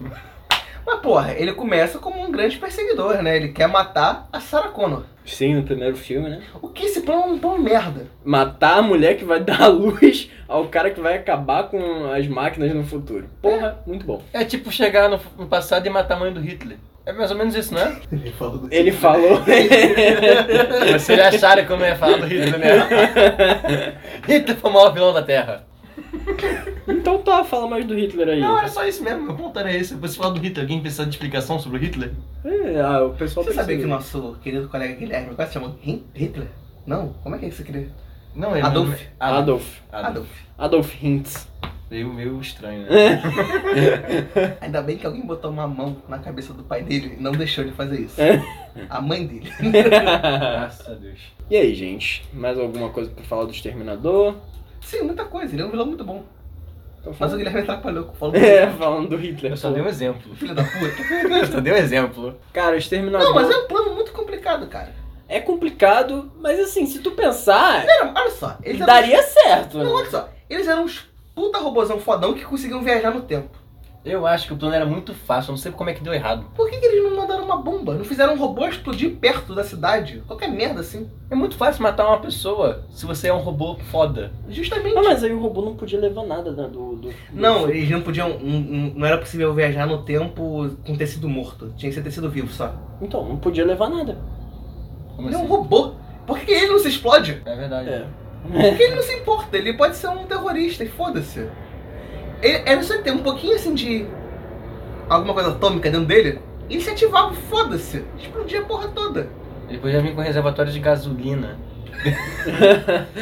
Mas porra, ele começa como um grande perseguidor, né? Ele quer matar a Sarah Connor. Sim, no primeiro filme, né? O que esse plano é um plano merda. Matar a mulher que vai dar a luz ao cara que vai acabar com as máquinas no futuro. Porra, muito bom. É tipo chegar no, no passado e matar a mãe do Hitler. É mais ou menos isso, não é? Ele falou Ele falou. Vocês acharam que eu não ia falar do Hitler, né? Hitler foi o maior vilão da Terra. então tá, fala mais do Hitler aí. Não, era só isso mesmo. Meu ponto era esse. Você falar do Hitler. Alguém precisa de explicação sobre o Hitler? É, ah, o pessoal Você precisa sabia que o ver. nosso querido colega Guilherme é quase chamou Hin- Hitler? Não? Como é que é que você queria? Não, ele Adolf. Adolf. Adolf. Adolf. Adolf Hintz. Meio, meio estranho, né? Ainda bem que alguém botou uma mão na cabeça do pai dele e não deixou ele fazer isso. É. A mãe dele. Graças a Deus. E aí, gente? Mais alguma coisa pra falar do Exterminador? Sim, muita coisa. Ele é um vilão muito bom. Então, Mas fala- o Guilherme atrapalhou. Falou É, falando do Hitler. Eu só pô. dei um exemplo. filho da puta. Eu só dei um exemplo. Cara, o Exterminador Não, mas é um plano muito complicado, cara. é complicado, mas assim, se tu pensar, Cara, olha só. Eles tá eram- daria certo. Não, né? olha só. Eles eram uns puta robozão fodão que conseguiam viajar no tempo. Eu acho que o plano era muito fácil. Eu não sei como é que deu errado. Por que, que eles não mandaram uma bomba? Não fizeram um robô explodir perto da cidade? Qualquer merda assim. É muito fácil matar uma pessoa se você é um robô foda. Justamente. Ah, mas aí o robô não podia levar nada né, do, do- do- Não, eles não podiam. um- um- não era possível viajar no tempo com tecido morto. Tinha que ser tecido vivo só. Então, não podia levar nada. Como Ele é um assim? robô. Por que ele não se explode? É verdade. É. Porque ele não se importa. Ele pode ser um terrorista e foda-se. Ele- Era só ter um pouquinho assim de. alguma coisa atômica dentro dele. E ele se ativava, foda-se. Explodia a porra toda. Ele podia vir com reservatório de gasolina.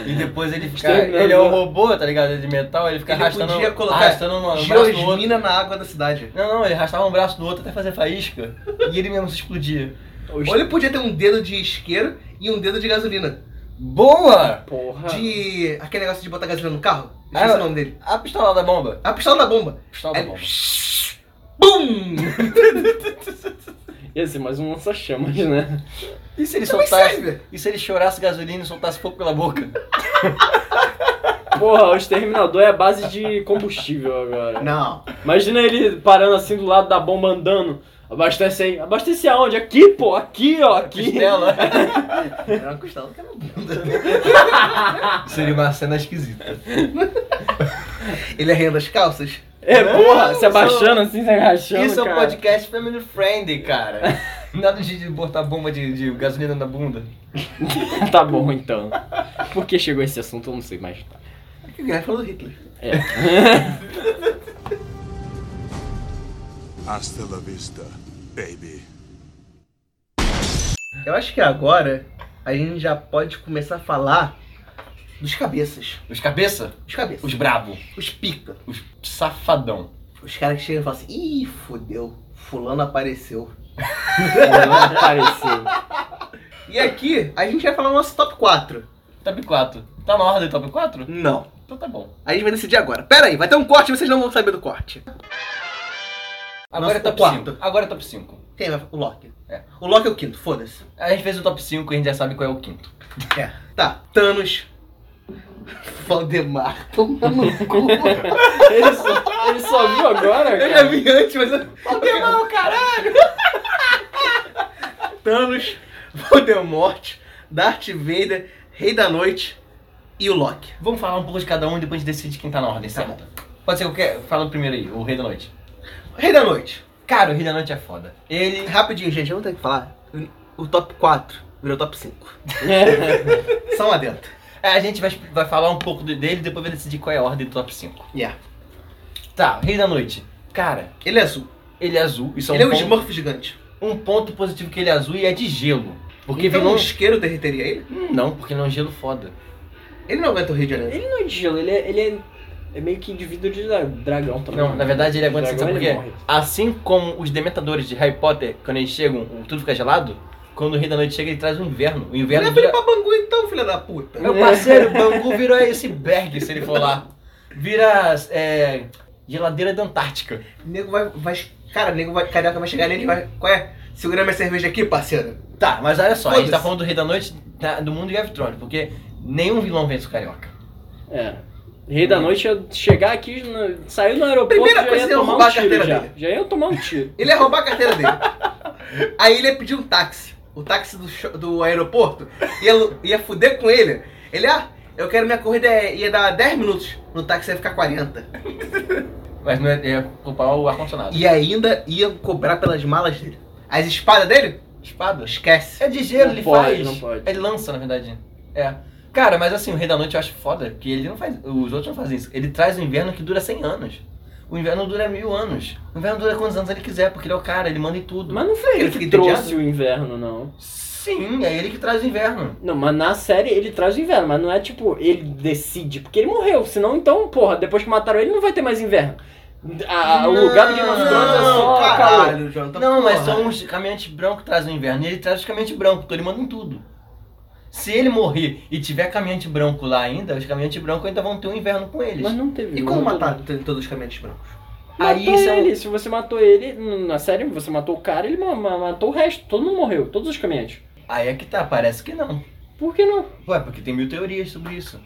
e depois ele fica. Exterminador. Ele é um robô, tá ligado? Ele De metal, ele fica Ele arrastando. podia colocar arrastando um, um braço no outro. Geosmina na água da cidade. Não, não, ele arrastava um braço no outro até fazer faísca. e ele mesmo se explodia. Os... Ou ele podia ter um dedo de isqueiro e um dedo de gasolina. Boa! Porra. De. aquele negócio de botar gasolina no carro. Ah, Esqueci eu- o nome dele. A pistola da bomba. A pistola da bomba. Pistola da Aí, bomba. BUM! Ia ser mais um lança-chamas, né? E se ele Também soltasse. serve. E se ele chorasse gasolina e soltasse fogo pela boca? Porra, o Exterminador é a base de combustível agora. Não. Imagina ele parando assim do lado da bomba andando. Abastece aí. Abastece aonde? Aqui, pô. Aqui, ó. Aqui. Costela. Era uma costela que era uma bunda. Seria uma cena esquisita. Ele arrenda as calças. É, porra. se isso- abaixando assim, se agachando, Isso é um cara. podcast family friendly, cara. Nada de botar bomba de, de gasolina na bunda. Tá bom, então. Por que chegou esse assunto, eu não sei mais. É, O que o Guilherme falou do Hitler? Hasta la vista, baby. Eu acho que agora a gente já pode começar a falar dos cabeças. Os cabeça? Os cabeças. Os brabo. Os pica. Os safadão. Os caras que chegam e falam assim, ih, fodeu. Fulano apareceu. Apareceu. E aqui a gente vai falar o nosso top 4. Top 4. Tá na ordem top 4? Não. Então tá bom. A gente vai decidir agora. Pera aí, vai ter um corte e vocês não vão saber do corte. Agora Nossa, é top o 5. Agora é top 5. Quem vai? O Loki. É. O Loki é o quinto, foda-se. A gente fez o top 5 e a gente já sabe qual é o quinto. É. Tá. Thanos. Valdemar. Toma no cu. Ele só, ele só viu agora, Eu já cara. vi antes, mas eu... Valdemar, caralho! Thanos, Voldemort, Darth Vader, Rei da Noite e o Loki. Vamos falar um pouco de cada um e depois a gente decide quem tá na ordem, certo? Pode ser qualquer. Fala o primeiro aí, o Rei da Noite. Rei da Noite. Cara, o Rei da Noite é foda. Ele. Rapidinho, gente, eu não tenho o que falar. O top 4 virou top um 5. São adentro. É, a gente vai, vai falar um pouco do- dele e depois vai decidir qual é a ordem do top 5. Yeah. Tá, Rei da Noite. Cara, Ele é azul. ele é azul. Isso é Ele é um um ponto- Smurf gigante. Um ponto positivo que ele é azul e é de gelo. Porque então um vilão. isqueiro derreteria ele? Não, porque ele é um gelo foda. Ele não aguenta o Rio de Janeiro. Ele não é de gelo, ele é, ele é, é meio que indivíduo de dra- dragão também. Não, na verdade ele é O aguenta dragão, sabe por quê? ele morre. Assim como os dementadores de Harry Potter, quando eles chegam, o- tudo fica gelado, quando o Rei da Noite chega, ele traz o inverno. O inverno Leva ele é dura... pra Bangu então, filha da puta. Meu parceiro, o Bangu virou esse berg, se ele for lá. Vira é, geladeira da Antártica. O nego vai, vai. Cara, o nego vai. Carioca vai chegar nele e vai. Qual é? Segura minha cerveja aqui, parceiro. Tá, mas olha só, a gente Foda-se. tá falando do Rei da Noite tá, do mundo de Game of Thrones, porque nenhum vilão vence o Carioca. É. Rei da noite ia chegar aqui, na- saiu no aeroporto, Primeira já coisa ia é tomar roubar um a tiro carteira já. dele. Já ia tomar um tiro. Ele ia roubar a carteira dele. Aí ele ia pedir um táxi. O táxi do, cho- do aeroporto ia, lu- ia fuder com ele. Ele, ah, eu quero minha corrida, é- ia dar 10 minutos. No táxi ia ficar 40. Mas não ia, ia culpar o ar-condicionado. E ainda iam cobrar pelas malas dele. As espadas dele? Espada? Esquece. É de gelo, Não ele pode, faz. não pode. Ele lança, na verdade. É. Cara, mas assim, o Rei da Noite eu acho foda, que ele não faz. Os outros não fazem isso. Ele traz o inverno que dura 100 anos. O inverno dura mil anos. O inverno dura quantos anos ele quiser, porque ele é o cara, ele manda em tudo. Mas não foi Ele ele que fica trouxe entediado? o inverno, não. Sim, é ele que traz o inverno. Não, mas na série ele traz o inverno, mas não é tipo, ele decide, porque ele morreu, senão então, porra, depois que mataram ele não vai ter mais inverno. A- a- o lugar do Game of Thrones é só calor. caralho, Jonathan. não, mas porra. são os caminhantes brancos que trazem o inverno. E ele traz os caminhantes brancos, então ele manda em tudo. Se ele morrer e tiver caminhante branco lá ainda, os caminhantes brancos ainda vão ter um inverno com eles. Mas não teve. E como não matar t- todos os caminhantes brancos? Aí Aí isso é um- ele, se você matou ele, n- na série você matou o cara, ele ma- ma- matou o resto, todo mundo morreu, todos os caminhantes. Aí é que tá, parece que não. Por que não? Ué, porque tem mil teorias sobre isso.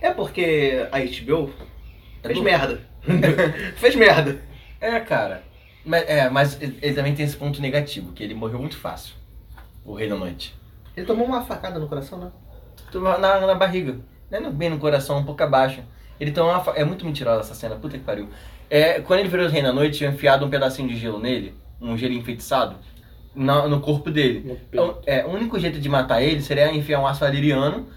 É porque a HBO É fez do- merda. fez merda. É, cara. Mas, é, mas ele, ele também tem esse ponto negativo, que ele morreu muito fácil. O Rei da Noite. Ele tomou uma facada no coração, né? Tu- Na, na barriga. Não é no- bem no coração, um pouco abaixo. Ele toma uma fa- É muito mentirosa essa cena, puta que pariu. É, quando ele virou o Rei da Noite, tinha enfiado um pedacinho de gelo nele, um gelo enfeitiçado, na- no corpo dele. um Então, é, o único jeito de matar ele seria enfiar um aço valeriano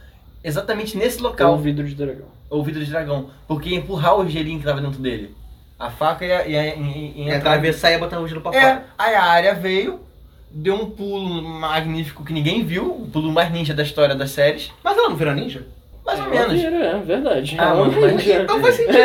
exatamente nesse Cal local, vidro de dragão. ouvido de dragão. Porque ia empurrar o gelinho que tava dentro dele. A faca ia, ia, ia, ia Ia entrar atravessar e ia botar o gelo pra É, fora. aí a área veio, deu um pulo magnífico que ninguém viu, o pulo mais ninja da história das séries, Mas ela não virou ninja? mais ou É, menos. maneiro, É, verdade. Ah, Ela mano, não- mas- Então faz sentido.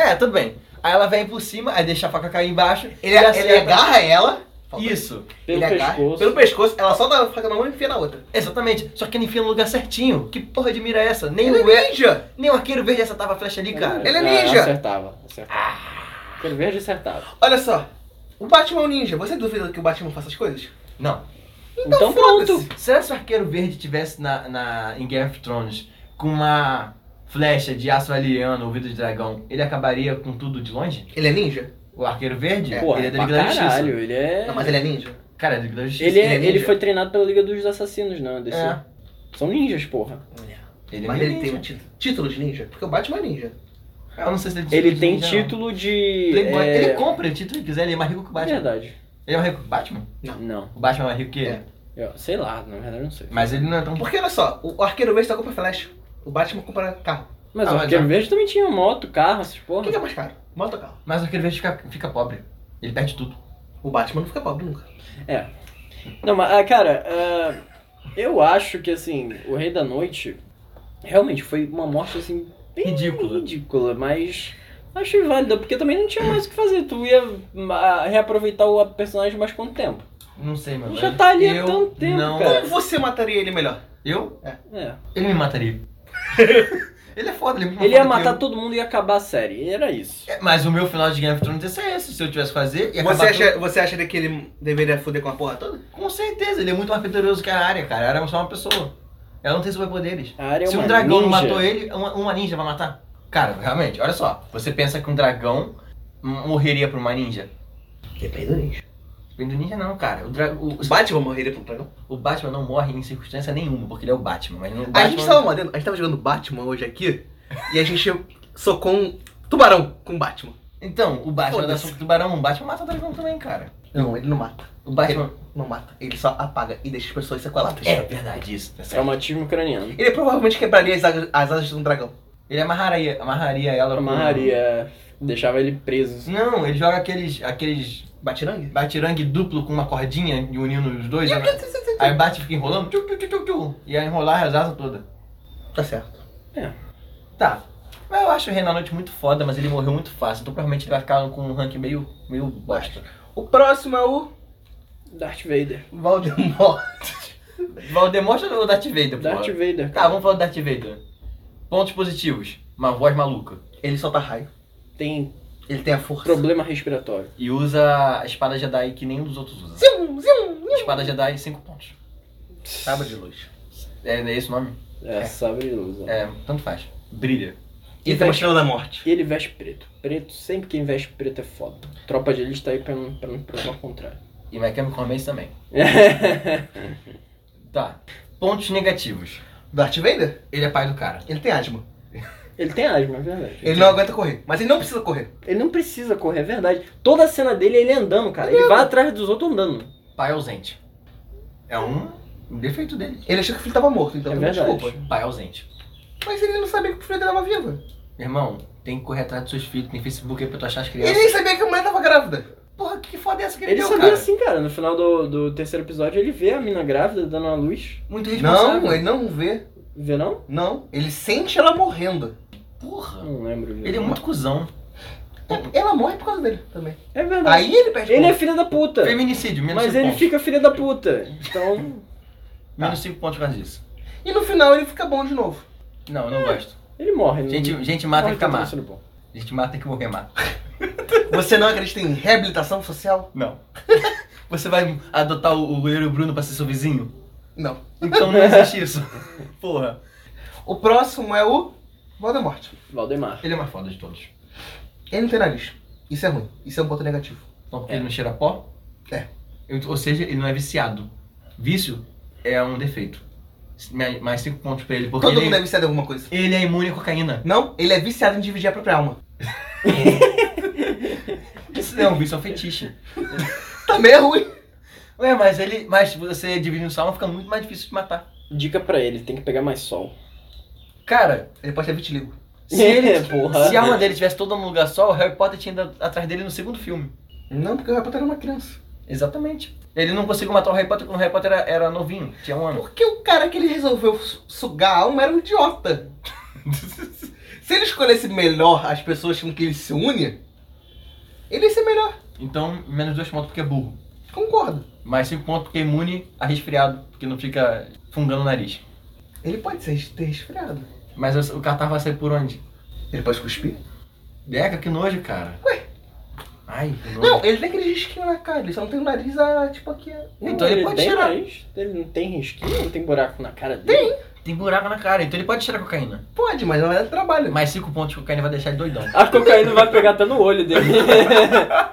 É, tudo bem. Aí ela vem por cima, aí deixa a faca cair embaixo, assim Ele, é- ele agarra ela. Isso, Pelo ele agarra pescoço. pelo pescoço. Ela solta a faca na mão e enfia na outra. exatamente. Só que ele enfia no lugar certinho. Que porra de mira é essa? Nem Ele o, é e- ninja. nem o arqueiro verde acertava a flecha ali, cara. Ele é Ah, ninja. Acertava, acertava. Aquele verde acertava. Olha só. O Batman é um ninja. Você duvida que o Batman faça as coisas? Não. Então, foda-se. pronto. Será que se o arqueiro verde tivesse na, na, em Game of Thrones com uma flecha de aço aliano, ouvido de dragão, ele acabaria com tudo de longe? Ele é ninja? O arqueiro verde? Porra, ele é da Liga da pra Justiça. caralho, ele é... Não, mas ele é ninja. Cara, é da Liga da Justiça. Ele, é- ninja. ele foi treinado pela Liga dos Assassinos, não, DC. É. São ninjas, porra. Ele é mas meio ele tem ninja. um título, título de ninja? Porque o Batman é ninja. Eu não sei se ele tem Ele tem ninja, título de... não. Playboy. é, Ele compra o título que quiser, ele é mais rico que o É Batman. verdade. Ele é mais rico que o Batman? Não. O Batman é mais rico que ele. Eu- sei lá, na verdade eu não sei. Mas ele não é tão. Porque olha só, o arqueiro verde só compra flash. O Batman compra carro. Mas Ah, o mas Arqueiro é. Verde também tinha moto, carro, essas O porra. que que é mais caro? Moto ou carro? Mas aquele vez fica, fica pobre. Ele perde tudo. O Batman não fica pobre nunca. É. Não, mas, ah, cara, ah, eu acho que, assim, o Rei da Noite realmente foi uma morte, assim, bem Ridícula. ridícula, mas achei válida, porque também não tinha mais o que fazer. Tu ia ah, reaproveitar o personagem mais quanto tempo. Não sei, mano. Ele já tá ali há eu tanto tempo, não... cara. Como você mataria ele melhor? Eu? É. Ele me mataria. ele é foda, ele é muito mais Ele foda ia que matar eu. todo mundo e ia acabar a série. Era isso. É, Mas o meu final de Game of Thrones ia ser esse, se eu tivesse que fazer. Ia Você acabar acha, você acha que ele deveria foder com a porra toda? tudo. Com certeza, ele é muito mais poderoso que a área, cara. A área é só uma pessoa. Ela não tem superpoderes. A área é Se uma um dragão ninja. matou ele, uma, uma ninja vai matar? Cara, realmente, olha só. Você pensa que um dragão m- morreria por uma ninja? Depende do ninja. Depende do ninja não, cara. O, dra- o- O Batman morreria pro dragão? o Batman não morre em circunstância nenhuma, porque ele é o Batman. Mas não, o A Batman- gente tava mordendo, a gente tava jogando Batman hoje aqui e a gente socou um tubarão com Batman. Então, o Batman da Foda-se. sombra do tubarão, o Batman mata o dragão também, cara. Não, ele não mata. O Batman... Não mata. Ele só apaga e deixa as pessoas sequeladas. É verdade isso. tá certo. Traumatismo ucraniano. Ele provavelmente quebraria as, asas- as asas de um dragão. Ele amarraria, amarraria ela... com- Amarraria. Deixava ele preso. Não, ele joga aqueles, aqueles Batirangue? batirangue duplo com uma cordinha e unindo os dois. né? Aí bate e fica enrolando. tchu, tchu, tchu, tchu, tchu, E aí enrolar as asas todas. Tá certo. É, Tá. Mas eu acho o Renan Noite muito foda, mas ele morreu muito fácil. Então provavelmente ele vai ficar com um ranking meio, meio bosta. O próximo é o Darth Vader. Valdemort. Valdemort ou Darth Vader, pô? Darth Vader, Tá, cara. vamos falar do Darth Vader. Pontos positivos. Uma voz maluca. Ele solta raio. Tem Ele tem a força. problema respiratório. E usa a espada Jedi que nenhum dos outros usa. Zum, zum, Espada Jedi, 5 pontos. Sábado de luz. É, é esse o nome? É, sabre de luz. né? É, tanto faz. Brilha. E tem uma estrela da morte. E ele veste preto. Preto, sempre quem veste preto é foda. Tropa de elite tá aí pra não, pra não provar o contrário. E My Chemical Romance também. Tá. Pontos negativos. Darth Vader? Ele é pai do cara. Ele tem asma. ele tem asma, é verdade. Ele não aguenta correr. Mas ele não precisa correr. Ele não precisa correr, é verdade. Toda a cena dele é ele andando, cara. Ele vai atrás dos outros andando. Pai ausente. É um defeito dele. Ele achou que o filho tava morto, então É também verdade. desculpa. Pai ausente. Mas ele não sabia que o filho dele tava vivo. Irmão, tem que correr atrás dos seus filhos, tem Facebook aí pra tu achar as Ele crianças. nem sabia que a mulher tava grávida. Porra, que foda é essa que ele, Ele deu, sabia cara? assim, cara. No final do, do terceiro episódio, ele vê a mina grávida dando a luz. Muito Não, ele não vê. Vê não? Não. Ele sente ela morrendo. Porra. Não lembro. viu? Ele é muito cuzão. É, Ela morre por causa dele também. É verdade. um Aí tipo, ele perde Ele é ponto. filho da puta. Feminicídio, menos Mas 5 ele pontos. fica filho da puta. Então, Menos 5 pontos por causa disso. E no final ele fica bom de novo. Não, eu não gosto. ele morre. Gente, gente mata tem que ficar má. Sendo bom. Gente mata tem que morrer má. Você não acredita em reabilitação social? Não. Você vai adotar o o goleiro Bruno pra ser seu vizinho? Não. Então não existe isso. Porra. O próximo é o Voldemort. Valdemar. Ele é mais foda de todos. Ele não tem nariz. Isso é ruim. Isso é um ponto negativo. Então, porque ele não cheira a pó? É. Eu- ou seja, ele não é viciado. Vício é um defeito. Mais- Mais 5 pontos pra ele, porque Todo ele, mundo é viciado em alguma coisa. ele é imune à cocaína. Não, ele é viciado em dividir a própria alma. Isso não é um vício, é um fetiche. Também é ruim. Ué, mas ele. Mas você dividindo sua alma fica muito mais difícil de matar. Dica pra ele, tem que pegar mais sol. Cara, Ele pode ter vitiligo. se, É, ele- porra. se a alma dele tivesse toda num lugar só, o Harry Potter tinha ido atrás dele no segundo filme. Não, porque o Harry Potter era uma criança. Exatamente. Ele não conseguiu matar o Harry Potter quando o Harry Potter era, era novinho, tinha um ano. Porque o cara que ele resolveu su- sugar a alma era um idiota. se ele escolhesse melhor as pessoas com que ele se une, ele ia ser melhor. Então, menos dois pontos porque é burro. Concordo. Mais cinco pontos porque é imune a resfriado, porque não fica fungando o nariz. Ele pode ser ter resfriado. Mas o o catarro vai sair por onde? Ele pode cuspir? Deca, que nojo, cara. Ué. Ai, que nojo. Não, ele tem aquele risquinho na cara. Ele só não tem o nariz, ah, tipo, aqui. ah. Então ele pode tem tirar. nariz? Ele não tem risquinho? Não tem buraco na cara dele? Tem. Tem buraco na cara, então ele pode tirar a cocaína. Pode, mas não é trabalho. Mais cinco pontos de cocaína vai deixar ele doidão. A cocaína vai pegar até no olho dele.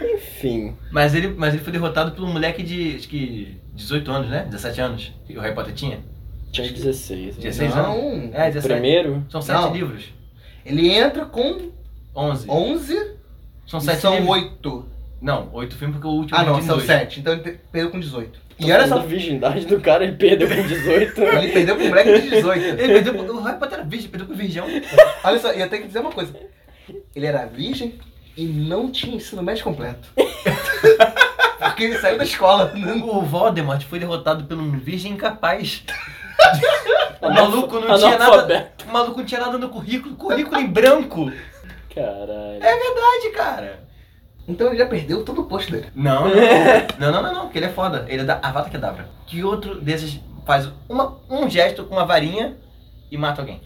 Enfim. Mas ele, mas ele foi derrotado por um moleque de, acho que, 18 anos, né? 17 anos, que o Harry Potter tinha. Tinha 16. né? 16 anos? não. É, 17. Primeiro? São 7 Não. livros. Ele entra com 11. 11 São e 7 são livros. 8. Não, 8 filmes porque o último Ah, não, tinha são dois. 7. Então ele te- perdeu com 18. Tô E olha falando só, da virgindade do cara, ele perdeu com 18. ele perdeu com o moleque de 18. Ele perdeu pro- o Harry Potter era virgem, perdeu pro virgão. Olha só, e eu tenho que dizer uma coisa. Ele era virgem e não tinha ensino médio completo. Porque ele saiu da escola. né? O Voldemort foi derrotado por um virgem incapaz. O Analfa- maluco não tinha nada. analfabeto. O maluco não tinha nada no currículo, currículo em branco. Caralho. Verdade, cara. Então ele já perdeu todo o posto dele. Não, não, não, não, não, não, porque ele é foda. Ele é da Avada Kedavra. Que outro desses faz uma, um gesto com uma varinha e mata alguém.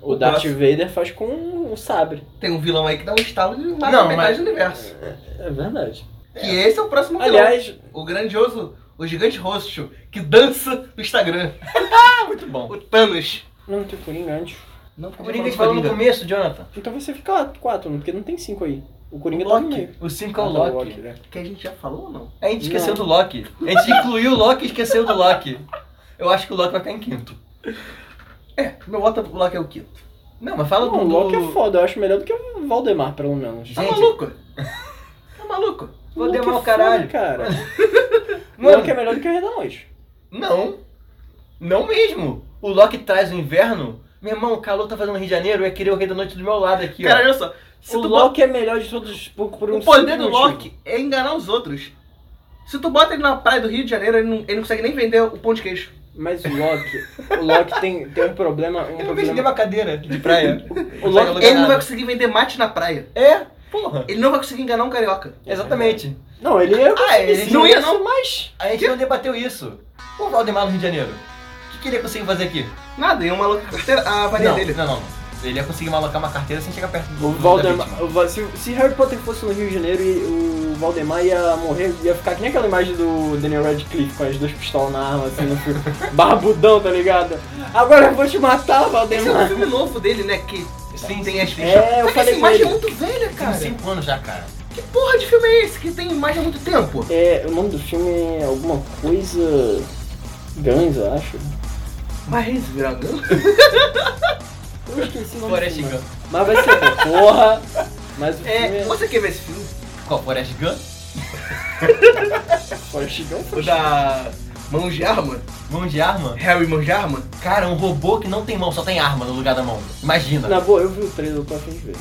O Darth Vader faz com um sabre. Tem um vilão aí que dá um estalo e mata Não, metade mas- do universo. É verdade. Que esse é o próximo vilão. Aliás, O grandioso, o gigante roxo, que dança no Instagram. Ah, muito bom. O Thanos. não tem Coringa antes. Não, O Coringa te falou no começo, Jonathan. Então vai ser ficar 4, porque não tem 5 aí. O Coringa tá no meio. Loki. O 5 é o Ah, tá, Loki. né? Que a gente já falou ou não? A gente esqueceu Não. do Loki. A gente incluiu o Loki e esqueceu do Loki. Eu acho que o Loki vai ficar em quinto. É, meu voto o Loki é o quinto. Não, mas fala Não, o do Loki é foda, eu acho melhor do que o Valdemar, pelo menos. Tá Gente- maluco? Tá maluco? Vou Loki é demar o foda, caralho. cara. O Mano. Loki é melhor do que o Rei da Noite. Não. Não mesmo. O Loki traz o inverno. Meu irmão, o calor tá fazendo no Rio de Janeiro. Eu ia querer o Rei da Noite do meu lado aqui, Cara, ó. olha só. Se o tu Loki é melhor de todos por, por um O poder do simples motivo. Loki é enganar os outros. Se tu bota ele na praia do Rio de Janeiro, ele não, ele não consegue nem vender o pão de queijo. Mas o Loki, o Loki tem, tem um problema. Um Eu não vejo problema. uma cadeira de praia. O Loki- é Não Ele não vai nada. conseguir vender mate na praia. É, porra. Ele não vai conseguir enganar um carioca. Exatamente. Não, ele é. Ah, ele não ia não. mais. A gente não debateu isso. O Valdemar no Rio de Janeiro. O que, que ele ia conseguir fazer aqui? Nada, e é um maluco. A varinha não, dele. não, não, não. Ele ia conseguir malocar uma carteira sem chegar perto do O do- Valdemar, vítima. o Va- se, se Harry Potter fosse no Rio de Janeiro, e o Valdemar ia morrer, ia ficar que nem aquela imagem do Daniel Radcliffe com as duas pistolas na arma, assim, no filme. Barbudão, tá ligado? Agora eu vou te matar, Esse é um Valdemar. filme novo dele, né? Que Sim, tem as fichas. É, eu Mas falei essa com imagem é ele. muito velha, Tem cara. uns 5 anos já, cara. Que porra de filme é esse que tem imagem há muito tempo? É, o nome do filme é alguma coisa... Guns, eu acho. Mas virar Eu esqueci o nome Forrest do filme. Gump. Mas vai ser bom. Porra! Mas o filme É, é... você quer ver esse filme? Qual? Forrest Gump? Forrest Gump? O da Mão de Arma? Mão de arma? Harry Mão de Arma? Cara, um robô que não tem mão, só tem arma no lugar da mão. Imagina. Na boa, eu vi o trailer, eu tô afim de ver.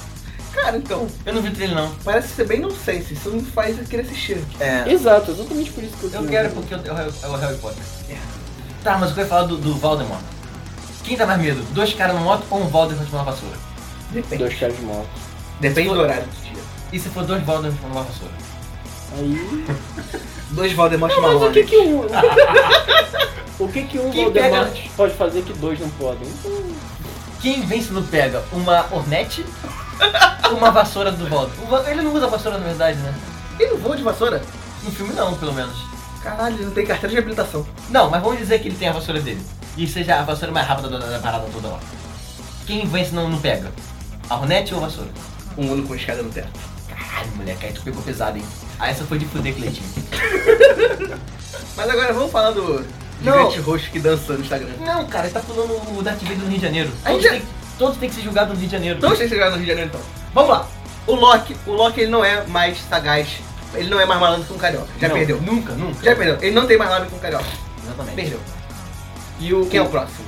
Cara, então, Eu não vi o trailer, não. parece ser bem nonsense. Isso não faz eu querer assistir. É. Exato, exatamente por isso que eu Eu quis quero ver. porque eu, eu, eu- Harry Potter. Tá, mas o que eu ia falar do, do Voldemort? Quem dá mais medo? Dois caras numa moto ou um Voldemort com uma vassoura? Depende. Dois caras de moto. Depende do horário do dia. E se for dois Voldemort com uma vassoura? Aí... Dois Valdemort Não, mas o Malone. que que um... o que que um Quem Voldemort pode fazer que dois não podem? Quem vence no pega? Uma Ornette ou uma vassoura do Voldemort? O Va- Ele não usa vassoura na verdade, né? Ele não voa de vassoura? No filme não, pelo menos. Caralho, ele não tem carteira de habilitação. Não, mas vamos dizer que ele tem a vassoura dele. E seja a vassoura mais rápida da, da parada toda lá. Quem vence não, não pega? A Ornette ou a vassoura? Um ano com escada no teto. Caralho, moleque, aí tu pegou pesado, hein? Ah, essa foi de fuder, Cleitinho. Mas agora vamos falar do Não. gigante roxo que dança no Instagram. Não, cara, ele tá pulando o Darth Vader no Rio de Janeiro. A Todos, gente tem, todos têm que ser julgados no Rio de Janeiro. Então vocês chegaram no Rio de Janeiro então. Vamos lá. O Loki, o Loki ele não é mais sagaz. Ele não é mais malandro que um carioca. Já Não, perdeu. Nunca, nunca. Já perdeu. Ele não tem mais lábio que um carioca. Exatamente. Perdeu. E o Quem é o próximo?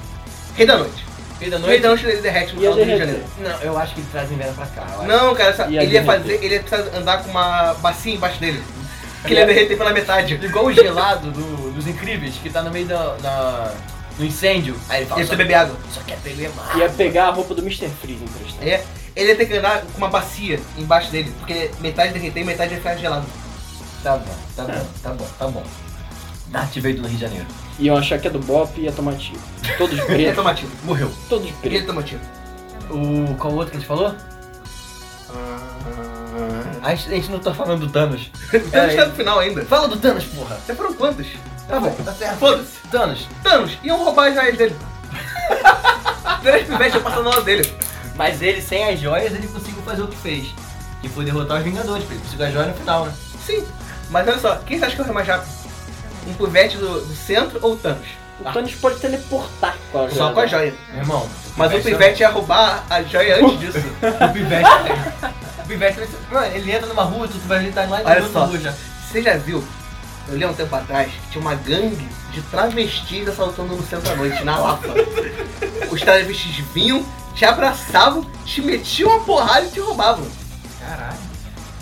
Rei da Noite. Rei da O Rei Noite? da Noite ele derrete no Ia final do Rio de derreter. Janeiro. Não, eu acho que ele traz inverno pra cá. eu acho. Não, cara, essa- Ia ele ia derreter. fazer. Ele ia precisar andar com uma bacia embaixo dele. Que ele ia derreter pela metade. Igual o gelado do- dos incríveis que tá no meio da. da- do incêndio. Aí ele fala. Ia só, ter beber água. só é-". quer beber mais. Ia pegar a roupa do Mr. Freeze emprestada. É. Ele ia ter que andar com uma bacia embaixo dele, porque metade derreter e metade ia ficar gelado. Tá bom, tá bom, tá bom, tá bom. Darth Vader no Rio de Janeiro. Iam achar que é do Bop e ia tomar tiro. Todos Ele pretos, toma tiro. Morreu. todos Ele é pretos. toma tiro. O. Qual outro que a gente falou? A gente, a gente não tá falando do Thanos. Thanos tá no final ainda. Fala do Thanos, porra. Já foram quantos? Tá bom, tá certo. Foda-se. Thanos. Thanos, iam roubar as joias dele. Três pivetes iam passando na hora dele. Mas ele, sem as joias, ele conseguiu fazer o que fez. Que foi derrotar os Vingadores, porque ele conseguiu as joias no final, né? Sim. Mas olha só, quem você acha que correu mais rápido? Um pivete do, do centro ou o Thanos? O Thanos pode teleportar com a Só com a joia. joia. Meu irmão. Mas o pivete é ia roubar a joia antes disso. O um Pivete. o Pivete. vai ser- Mano, ele entra numa rua, tu vai estar lá Olha em outra só. rua já. Você já viu? Eu li há um tempo atrás que tinha uma gangue de travestis assaltando no centro à noite, na Lapa. Os travestis vinham, te abraçavam, te metiam uma porrada e te roubavam. Caralho.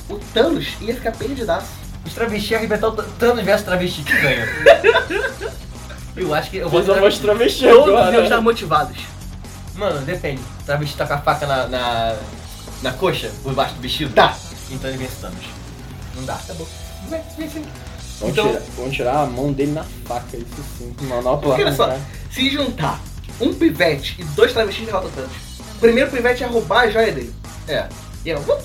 O Thanos ia ficar perdidaço. Os travestis arrebentar o Tha- Thanos versus travesti que ganha. Eu acho que eu vou. Mas eu vou te travesti Todos iam estar agora. motivados. Mano, depende. O travesti tá com a faca na. na, na coxa, por baixo do vestido. Tá. Então ele vence o Thanos. Não dá. Tá bom. Vão Então- tirar, vão tirar a mão dele na faca, isso sim. Manopla. Porque olha só, arrancada. se juntar um pivete e dois travestis derrota o Thanos. O primeiro pivete ia roubar a joia dele. É. E ela, "Wup!"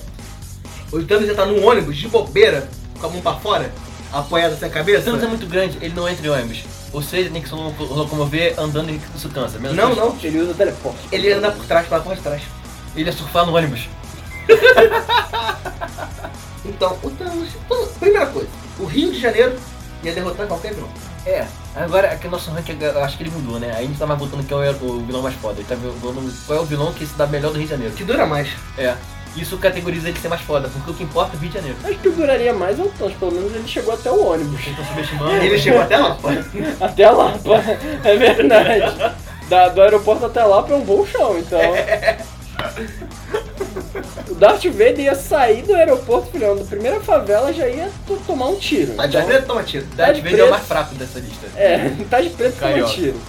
O Thanos ia estar num ônibus de bobeira, com a mão pra fora, apoiado sem a O cabeça. Thanos é muito grande, ele não entra em ônibus. Ou seja, tem que se loco- locomover andando e isso cansa. Menos Não, que- não. Ele usa teleporte. Ele ia andar por trás, pela porta de trás. Ele é surfar no ônibus. Então, o Thanos. Então, primeira coisa, o Rio de Janeiro ia derrotar qualquer vilão. É, agora aqui o nosso ranking, eu acho que ele mudou, né? Aí a gente tá mais botando quem é o vilão mais foda. Ele tá botando qual é o vilão que se dá melhor do Rio de Janeiro. Que dura mais. É. Isso categoriza ele ser mais foda, porque o que importa é o Rio de Janeiro. Acho que eu duraria mais ao Thanos, pelo menos ele chegou até o ônibus. Ele tá subestimando. Ele chegou até lá. Até a Lapa, é verdade. Da- do aeroporto até a Lapa é um bom chão, então. O Darth Vader ia sair do aeroporto, filhão, da primeira favela já ia to- tomar um tiro. Tá de Então, janeiro, toma tiro. Darth de Vader é o preto. mais fraco dessa lista. É, tá de preto toma um Carioca. tiro.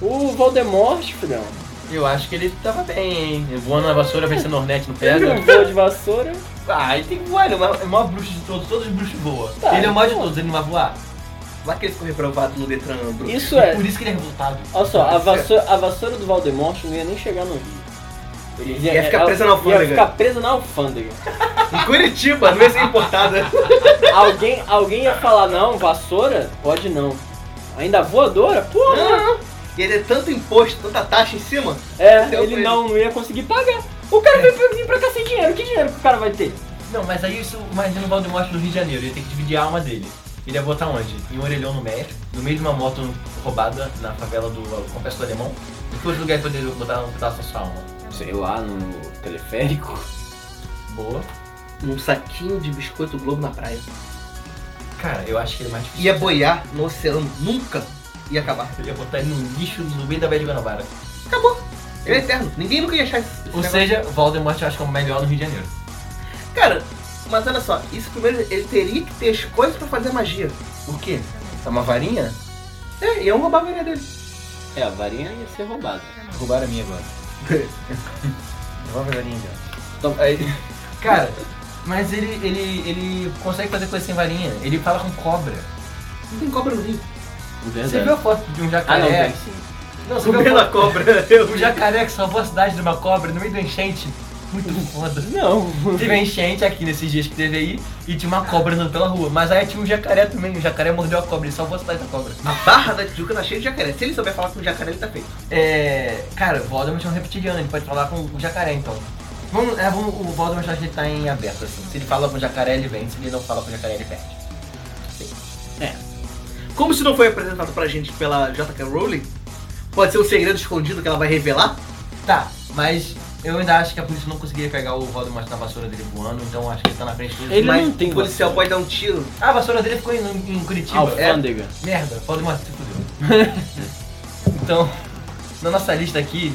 O Voldemort, filhão, Eu acho que ele tava bem, hein? Voando na vassoura, vencendo Hornet É, no né? ele não pega. voa de vassoura. Ah, ele tem que voar, ele é o maior- é o maior bruxo de todos, todos os bruxos voam. Tá, ele é o maior de então. todos, ele não vai voar. Lá que ele ficou reprovado no Detran. Bruno. Isso é. Por isso que ele é revoltado. Tá Olha só, a vassoura, a vassoura do Voldemort não ia nem chegar no Rio. Ele Ia ficar ela- preso na alfândega. Ia ficar preso na alfândega. Em Curitiba, não é ia ser importada. alguém, alguém ia falar, não, vassoura? Pode não. Ainda voadora? Porra! Não, não. Ia ter é tanto imposto, tanta taxa em cima. É, Deu pra ele ele. não, não ia conseguir pagar. O cara veio pra- vir pra cá sem dinheiro. Que dinheiro que o cara vai ter? Não, mas aí isso, imagina o Voldemort no Rio de Janeiro, ele tem que dividir a alma dele. Ele ia botar onde? Em um orelhão no México, no meio de uma moto roubada na favela do Confesso do Alemão. Em que outro lugar ele poderia botar um pedaço da sua alma? Sei lá, no teleférico. Boa. Um saquinho de biscoito Globo na praia. Cara, eu acho que ele é mais difícil. Ia boiar no oceano. Nunca ia acabar. Ele ia botar ele no lixo no meio da Baía de Guanabara. Acabou. Ele é eterno. Ninguém nunca ia achar esse esse Ou negócio. seja, Voldemort eu acho que é o melhor no Rio de Janeiro. Cara, mas olha só. Isso primeiro, ele teria que ter as coisas pra fazer magia. O quê? É uma varinha? É, iam roubar a varinha dele. É, a varinha ia ser roubada. Roubaram a minha agora. Devolve a varinha, cara. Então, Aí, cara, mas ele, ele, ele consegue fazer coisa sem varinha. Ele fala com cobra. Não tem um cobra no rio. Você viu a foto de um Ah, não, jacaré? tem sim. não, você viu a Comendo foto um cobra. de um jacaré que salvou a cidade de uma cobra no meio da enchente? Muito foda. Não. Teve uma enchente aqui nesses dias que teve aí e tinha uma cobra andando pela rua. Mas aí tinha um jacaré também. O jacaré mordeu a cobra, ele salvou a cidade da cobra. A barra da Tijuca tá cheia de jacaré. Se ele souber falar com o jacaré, ele tá feito. É. Cara, o Voldemort é um reptiliano, ele pode falar com o jacaré então. Vamos, é, vamos, o Voldemort acho que ele tá em aberto, assim. Se ele fala com o jacaré, ele vem. Se ele não fala com o jacaré, ele perde. Como isso não foi apresentado pra gente pela J.K. Rowling, pode ser um segredo escondido que ela vai revelar. Tá, mas eu ainda acho que a polícia não conseguiria pegar o Voldemort na vassoura dele voando, então acho que ele tá na frente de tudo. Ele mas não tem o policial vassoura. pode dar um tiro. Ah, a vassoura dele ficou em, em Ah, Curitiba. Alfândega. É, merda, Voldemort se fudeu. então, na nossa lista aqui,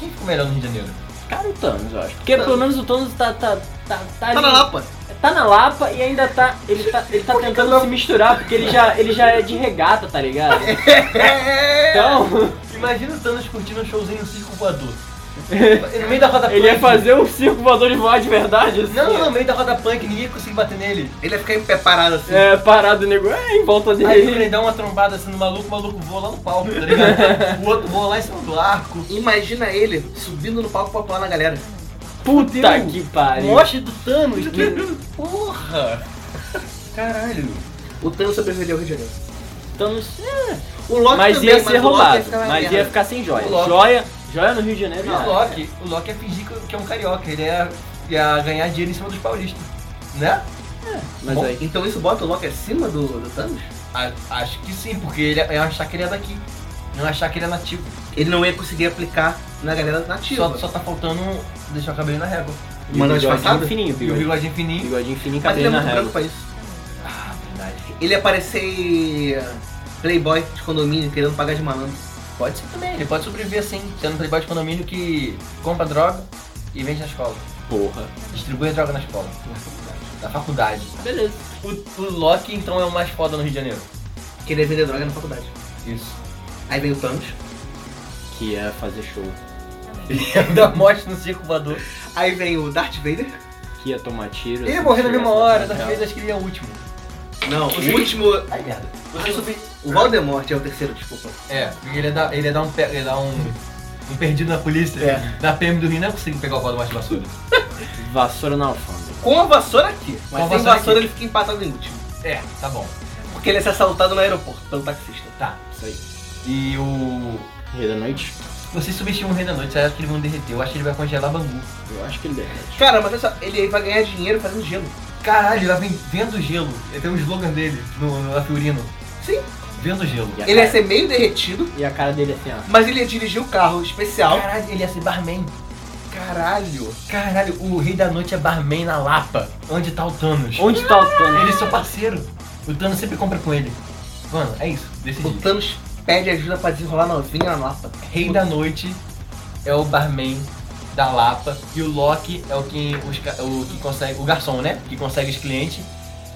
quem ficou melhor no Rio de Janeiro? Cara, o Thanos, eu acho. Porque pelo menos o Thanos tá. Tá, tá, tá, Tá ali- na Lapa. Tá na Lapa e ainda tá. Ele tá, ele tá tentando se misturar, porque ele já, ele já é de regata, tá ligado? É. Então, Imagina o Thanos curtindo um showzinho no circo voador. No meio da roda ele ia punk. fazer o circo voador de voar de verdade, assim. Não, no meio da roda punk, ninguém ia conseguir bater nele. Ele vai ficar em pé parado assim. É, parado o nego, é, em volta Aí quando dele. ele dá uma trombada assim no maluco, o maluco voa lá no palco, tá ligado? o outro voa lá em cima do arco. Imagina ele subindo no palco pra pular na galera. Puta que pariu. Mostre do Thanos, que... Porra! Caralho. O Thanos sobreviveu ao Rio de Janeiro. Thanos, é, O Loki Mas também, é. ia ser o Loki roubado. ficar na Mas merda. ia ficar sem joia. O Loki. Joia, joia no Rio de Janeiro. Não, já o Loki, o Loki ia fingir que- que é um carioca, ele ia, ia ganhar dinheiro em cima dos paulistas. Né? era. Mas Bom, aí. Então isso bota o Loki acima do, do Thanos? A- acho que sim, porque ele ia achar que ele é daqui. Não ia achar que ele é nativo. Ele não ia conseguir aplicar na galera nativa. Só, só tá faltando deixar o cabelo na régua. Manda bigodinho disfarçado? fininho, E o bigode. bigodinho fininho. Bigodinho fininho, Mas ele cabelo é na muito branco régua. pra isso. Ah, verdade. Ele ia parecer eh, playboy de condomínio querendo pagar de malandro. Pode ser também, ele pode sobreviver assim, sendo um playboy de condomínio que compra droga e vende na escola. Porra. Distribui a droga na escola. Na faculdade. Beleza. O, o Loki então é o mais foda no Rio de Janeiro. Querer vender droga na faculdade. Isso. Aí vem o Thanos. Que ia fazer show. da morte no circo voador. Aí vem o Darth Vader. Que ia tomar tiro. assim, Ele se morreu na mesma chegasse hora, das real. vezes acho que ele é o último. Não, o último. Ai merda. Ai, O Voldemort é o terceiro, desculpa. É, porque ele ia dar, ele ia dar um, pe- ele ia dar um, um perdido na polícia. Na PM do Rio não é possível pegar o Voldemort de vassoura. Vassoura na alfândega. Com a vassoura aqui. Mas Com a sem vassoura vassoura, aqui. ele fica empatado em último. É, tá bom. Porque ele é assaltado no aeroporto pelo taxista. Tá. Isso aí. E o... Rei da noite? Vocês subestimam o um Rei da Noite, vocês acham que eles vão derreter. Eu acho que ele vai congelar Bangu. Eu acho que ele derrete. Cara, mas olha só, ele vai ganhar dinheiro fazendo gelo. Caralho, lá vem Vendo Gelo. Tem um slogan dele no, no, na Fiorino. Sim. Vendo Gelo. E a, Ele ia cara, ser meio derretido, e a cara dele assim, ó. mas ele ia dirigir o carro especial. Caralho, ele ia ser barman. Caralho. Caralho, o Rei da Noite é barman na Lapa. Onde tá o Thanos? Onde tá o Thanos? Ele é seu parceiro. O Thanos sempre compra com ele. Mano, é isso. Decidi. O Thanos pede ajuda pra desenrolar novinha na Lapa. Rei da Noite é o barman da Lapa e o Loki é o que, os ca- o que consegue. O garçom, né? Que consegue os clientes.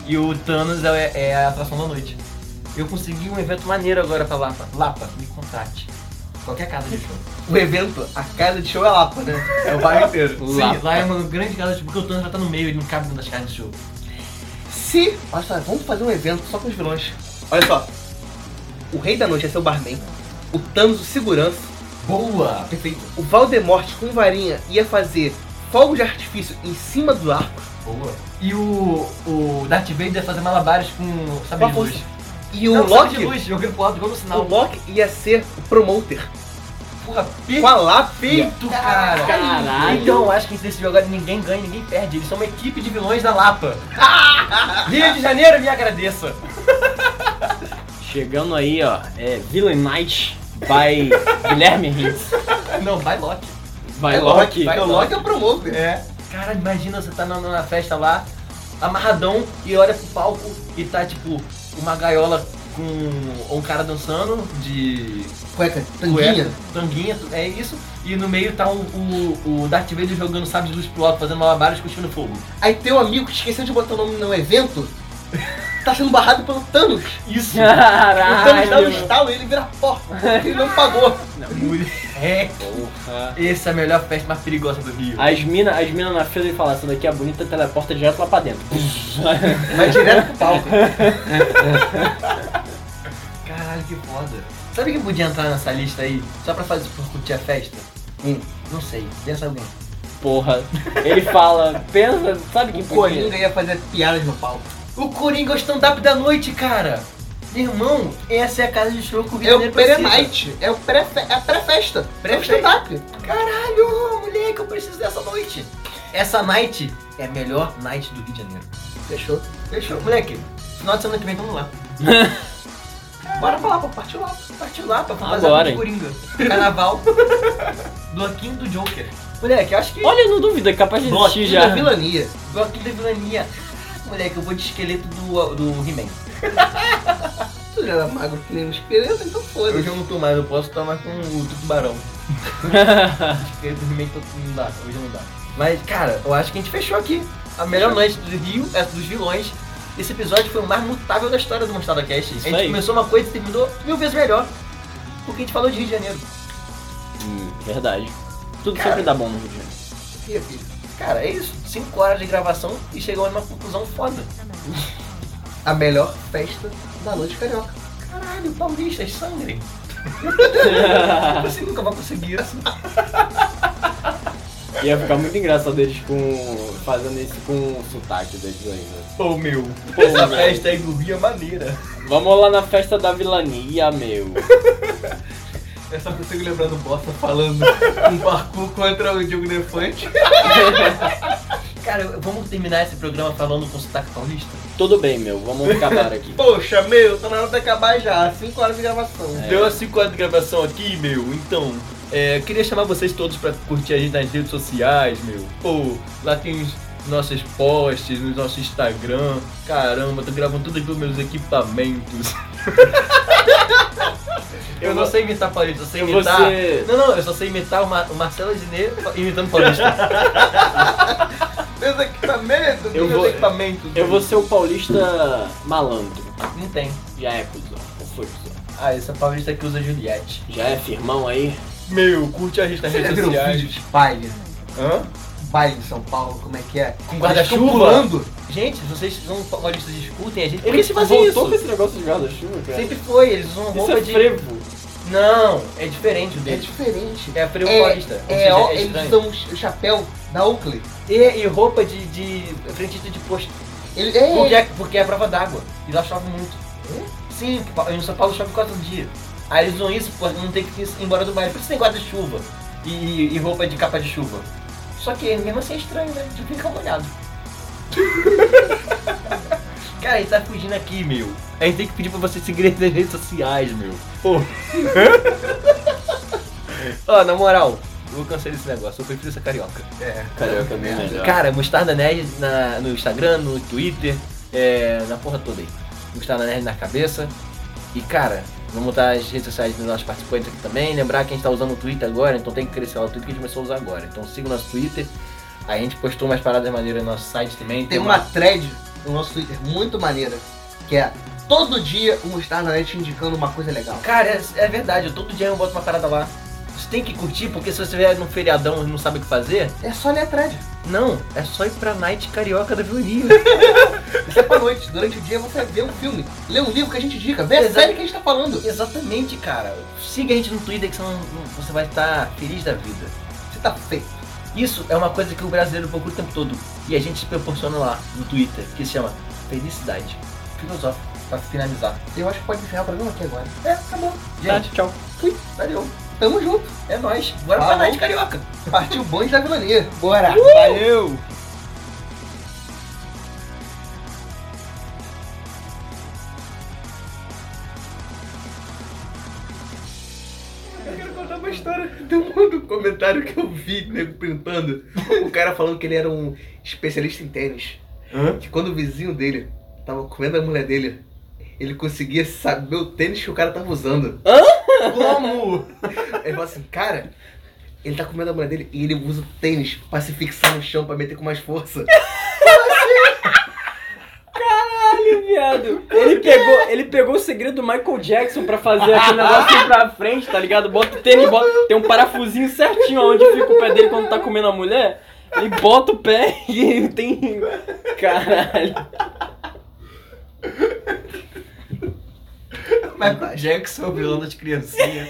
E o Thanos é, é a atração da noite. Eu consegui um evento maneiro agora pra Lapa. Lapa, me contrate. Qualquer casa de show. O evento, a casa de show é Lapa, né? É o bairro inteiro. Sim, lá é uma grande casa de show, porque o Thanos já tá no meio, ele não cabe dentro das casas de show. Se. Olha só, vamos fazer um evento só com os vilões. Olha só. O Rei da Noite ia ser o barman. O Thanos, o segurança. Boa! Perfeito. O Valdemorte com varinha ia fazer fogo de artifício em cima do arco Boa. E o, o Darth Vader ia fazer malabares com sabre Com a de luz. e o Não, sabre de Loki, luz, jogando pro alto, igual no o sinal. Loki ia ser o promoter. Porra, Com a lápis. perfeito, cara. Caralho. Então, acho que a gente decidiu agora ninguém ganha, ninguém perde. Eles são uma equipe de vilões da Lapa. Rio de Janeiro, me agradeça. Chegando aí, ó, é Villain Night by Guilherme Hintz. Não, vai Loki. By É Loki. vai O Loki é o promoter. É. Cara, imagina você tá na, na festa lá, amarradão, e olha pro palco e tá tipo uma gaiola com um cara dançando de Cueca, tanguinha. tanguinha, é isso, e no meio tá o, o, o Darth Vader jogando sabre de luz pro alto, fazendo malabares cuspindo fogo. Aí teu amigo que esqueceu de botar o nome no evento tá sendo barrado pelo Thanos. Isso! Ah, o Thanos dá um Caralho. estalo e ele vira porta, porque ele não pagou. Moleque! Porra. É, Essa é a melhor festa mais perigosa do Rio. As minas as mina na fila e falam, essa daqui é bonita, teleporta direto lá pra dentro. Vai direto pro palco. Caralho, que foda. Sabe quem podia entrar nessa lista aí só pra fazer pra curtir a festa? Hum, não sei. Pensa alguém. Porra. Ele fala, pensa, sabe que é O Coringa ia fazer piadas no palco. O Coringa é o stand-up da noite, cara! Meu irmão, essa é a casa de show que o Rio É de o Janeiro precisa. pré-night, é o pré-fe- é a pré-festa, pré Pré-festa. stand-up. Caralho, moleque, eu preciso dessa noite. Essa night é a melhor night do Rio de Janeiro. Fechou. Fechou. Moleque, final de semana que vem vamos lá. Bora pra lá, pô, partiu lá. Partiu lá pra fazer Agora, a Coringa. Carnaval. Bloquinho do Joker. Moleque, eu acho que... Olha, não duvida, capaz de existir Bloquinho da é já. vilania. Bloquinho da é vilania. Caraca, Moleque, eu vou de esqueleto do, do He-Man. Tu já era magro que nem um esqueleto, então foda-se. eu não tô mais, eu posso tomar com o tubarão. Porque dormir todo não dá, hoje não dá. Mas, cara, eu acho que a gente fechou aqui. A melhor noite do Rio, é dos vilões. Esse episódio foi o mais mutável da história do Mostarda Cast. a gente aí. começou uma coisa e terminou mil vezes melhor. Porque a gente falou de Rio de Janeiro. Hum, Verdade. Tudo Cara. sempre dá bom né, no Rio de Janeiro. Ih, filho. Cara, é isso. Cinco horas de gravação e chegou numa conclusão foda. A melhor festa da noite carioca. Caralho, é paulistas, sangrem. Você Tipo assim, nunca vai conseguir isso. Ia ficar muito engraçado eles com. fazendo isso com o sotaque deles né? ainda. Pô, meu. Essa festa aí do Rio é maneira. Vamos lá na festa da vilania, meu. Eu É só consigo lembrar do Bossa falando um parkour contra o Diego Defante. Cara, vamos terminar esse programa falando com sotaque paulista? Tudo bem, meu, vamos acabar aqui. Poxa, meu, tá na hora de acabar já. 5 horas de gravação. Deu as 5 horas de gravação aqui, meu. Então, é, queria chamar vocês todos pra curtir a gente nas redes sociais, meu. Pô, lá tem os nossos posts, no nosso Instagram. Caramba, tô gravando tudo aqui os meus equipamentos. eu não sei imitar paulista, eu sei Eu vou imitar. ser- Não, não, eu só sei imitar o, Ma- o Marcelo Diné imitando paulista. Meus equipamentos, Eu meus vou- equipamentos. Eu vou ser o paulista malandro. não tem. Já é cuzão, ou foi cuzão. Ah, essa paulista que usa Juliette. Já é firmão aí? Meu, curte a gente nas Você já redes viu o sociais. vídeo de baile? Hã? Baile em São Paulo, como é que Com é? Eles ficam guarda-chuva? pulando. Gente, se vocês são paulistas, escutem a gente. Ele se voltou com esse negócio de guarda-chuva, cara. Sempre foi, eles usam Isso roupa é de. frevo. Não, é diferente o É deles. diferente. É frevo É- paulista. ou É, seja, ó, eles estranho. usam o chapéu da Oakley. E, e roupa de, de frentista de posto. Ele, é, Porque é, porque é a prova d'água. E lá chove muito. Sim, pa- em São Paulo chove quatro dias. Aí eles usam isso, pô, não tem que ir embora do bairro. Por isso tem guarda-chuva e, e roupa de capa de chuva. Só que mesmo assim é estranho, né? Tu fica molhado. Cara, a gente tá fugindo aqui, meu. A gente tem que pedir pra vocês seguirem nas redes sociais, meu. Pô. Ó, na moral, eu vou cancelar esse negócio. Eu prefiro essa carioca. Carioca bem melhor. Cara, Mostarda Nerd na- no Instagram, no Twitter, é, na porra toda aí. Mostarda Nerd na cabeça. E cara, vamos botar as redes sociais dos nossos participantes aqui também. Lembrar que a gente tá usando o Twitter agora, então tem que crescer lá o Twitter que a gente começou a usar agora. Então siga o nosso Twitter. A gente postou umas paradas maneiras no nosso site também. Tem uma thread no nosso Twitter muito maneira, que é todo dia o Mostarda Net indicando uma coisa legal. Cara, é, é verdade, eu todo dia eu boto uma parada lá. Você tem que curtir, porque se você vier num feriadão e não sabe o que fazer, É só ler atrás. não, é só ir pra Night Carioca da Vila União. Isso é pra noite. Durante o dia você vê um filme, lê um livro que a gente indica, vê a Exato. série que a gente tá falando. Exatamente, cara. Siga a gente no Twitter que você, não- não- você vai estar feliz da vida. Você tá feio. Isso é uma coisa que o brasileiro procura o tempo todo. E a gente se proporciona lá no Twitter, que se chama Felicidade. Filosófico, pra finalizar. Eu acho que pode encerrar o programa aqui agora. É, acabou. Tá, Gente, tchau. valeu. Tamo junto. É nóis. Bora pra Falou. Night Carioca. Partiu o bonde da vilania. Bora! Valeu! Eu quero contar É uma história do mundo. Um comentário que eu vi, nego, printando. O cara falando que ele era um especialista em tênis. Que quando o vizinho dele tava comendo a mulher dele, ele conseguia saber o tênis que o cara tava usando. Como? Ele falou assim, cara, ele tá comendo a mulher dele e ele usa o tênis pra se fixar no chão pra meter com mais força. Caralho, viado. Ele pegou, ele pegou o segredo do Michael Jackson pra fazer aquele negócio pra frente, tá ligado? Bota o tênis, bota. Tem um parafusinho certinho onde fica o pé dele quando tá comendo a mulher. Ele bota o pé e tem. Caralho. Michael Jackson, o vilão das criancinhas.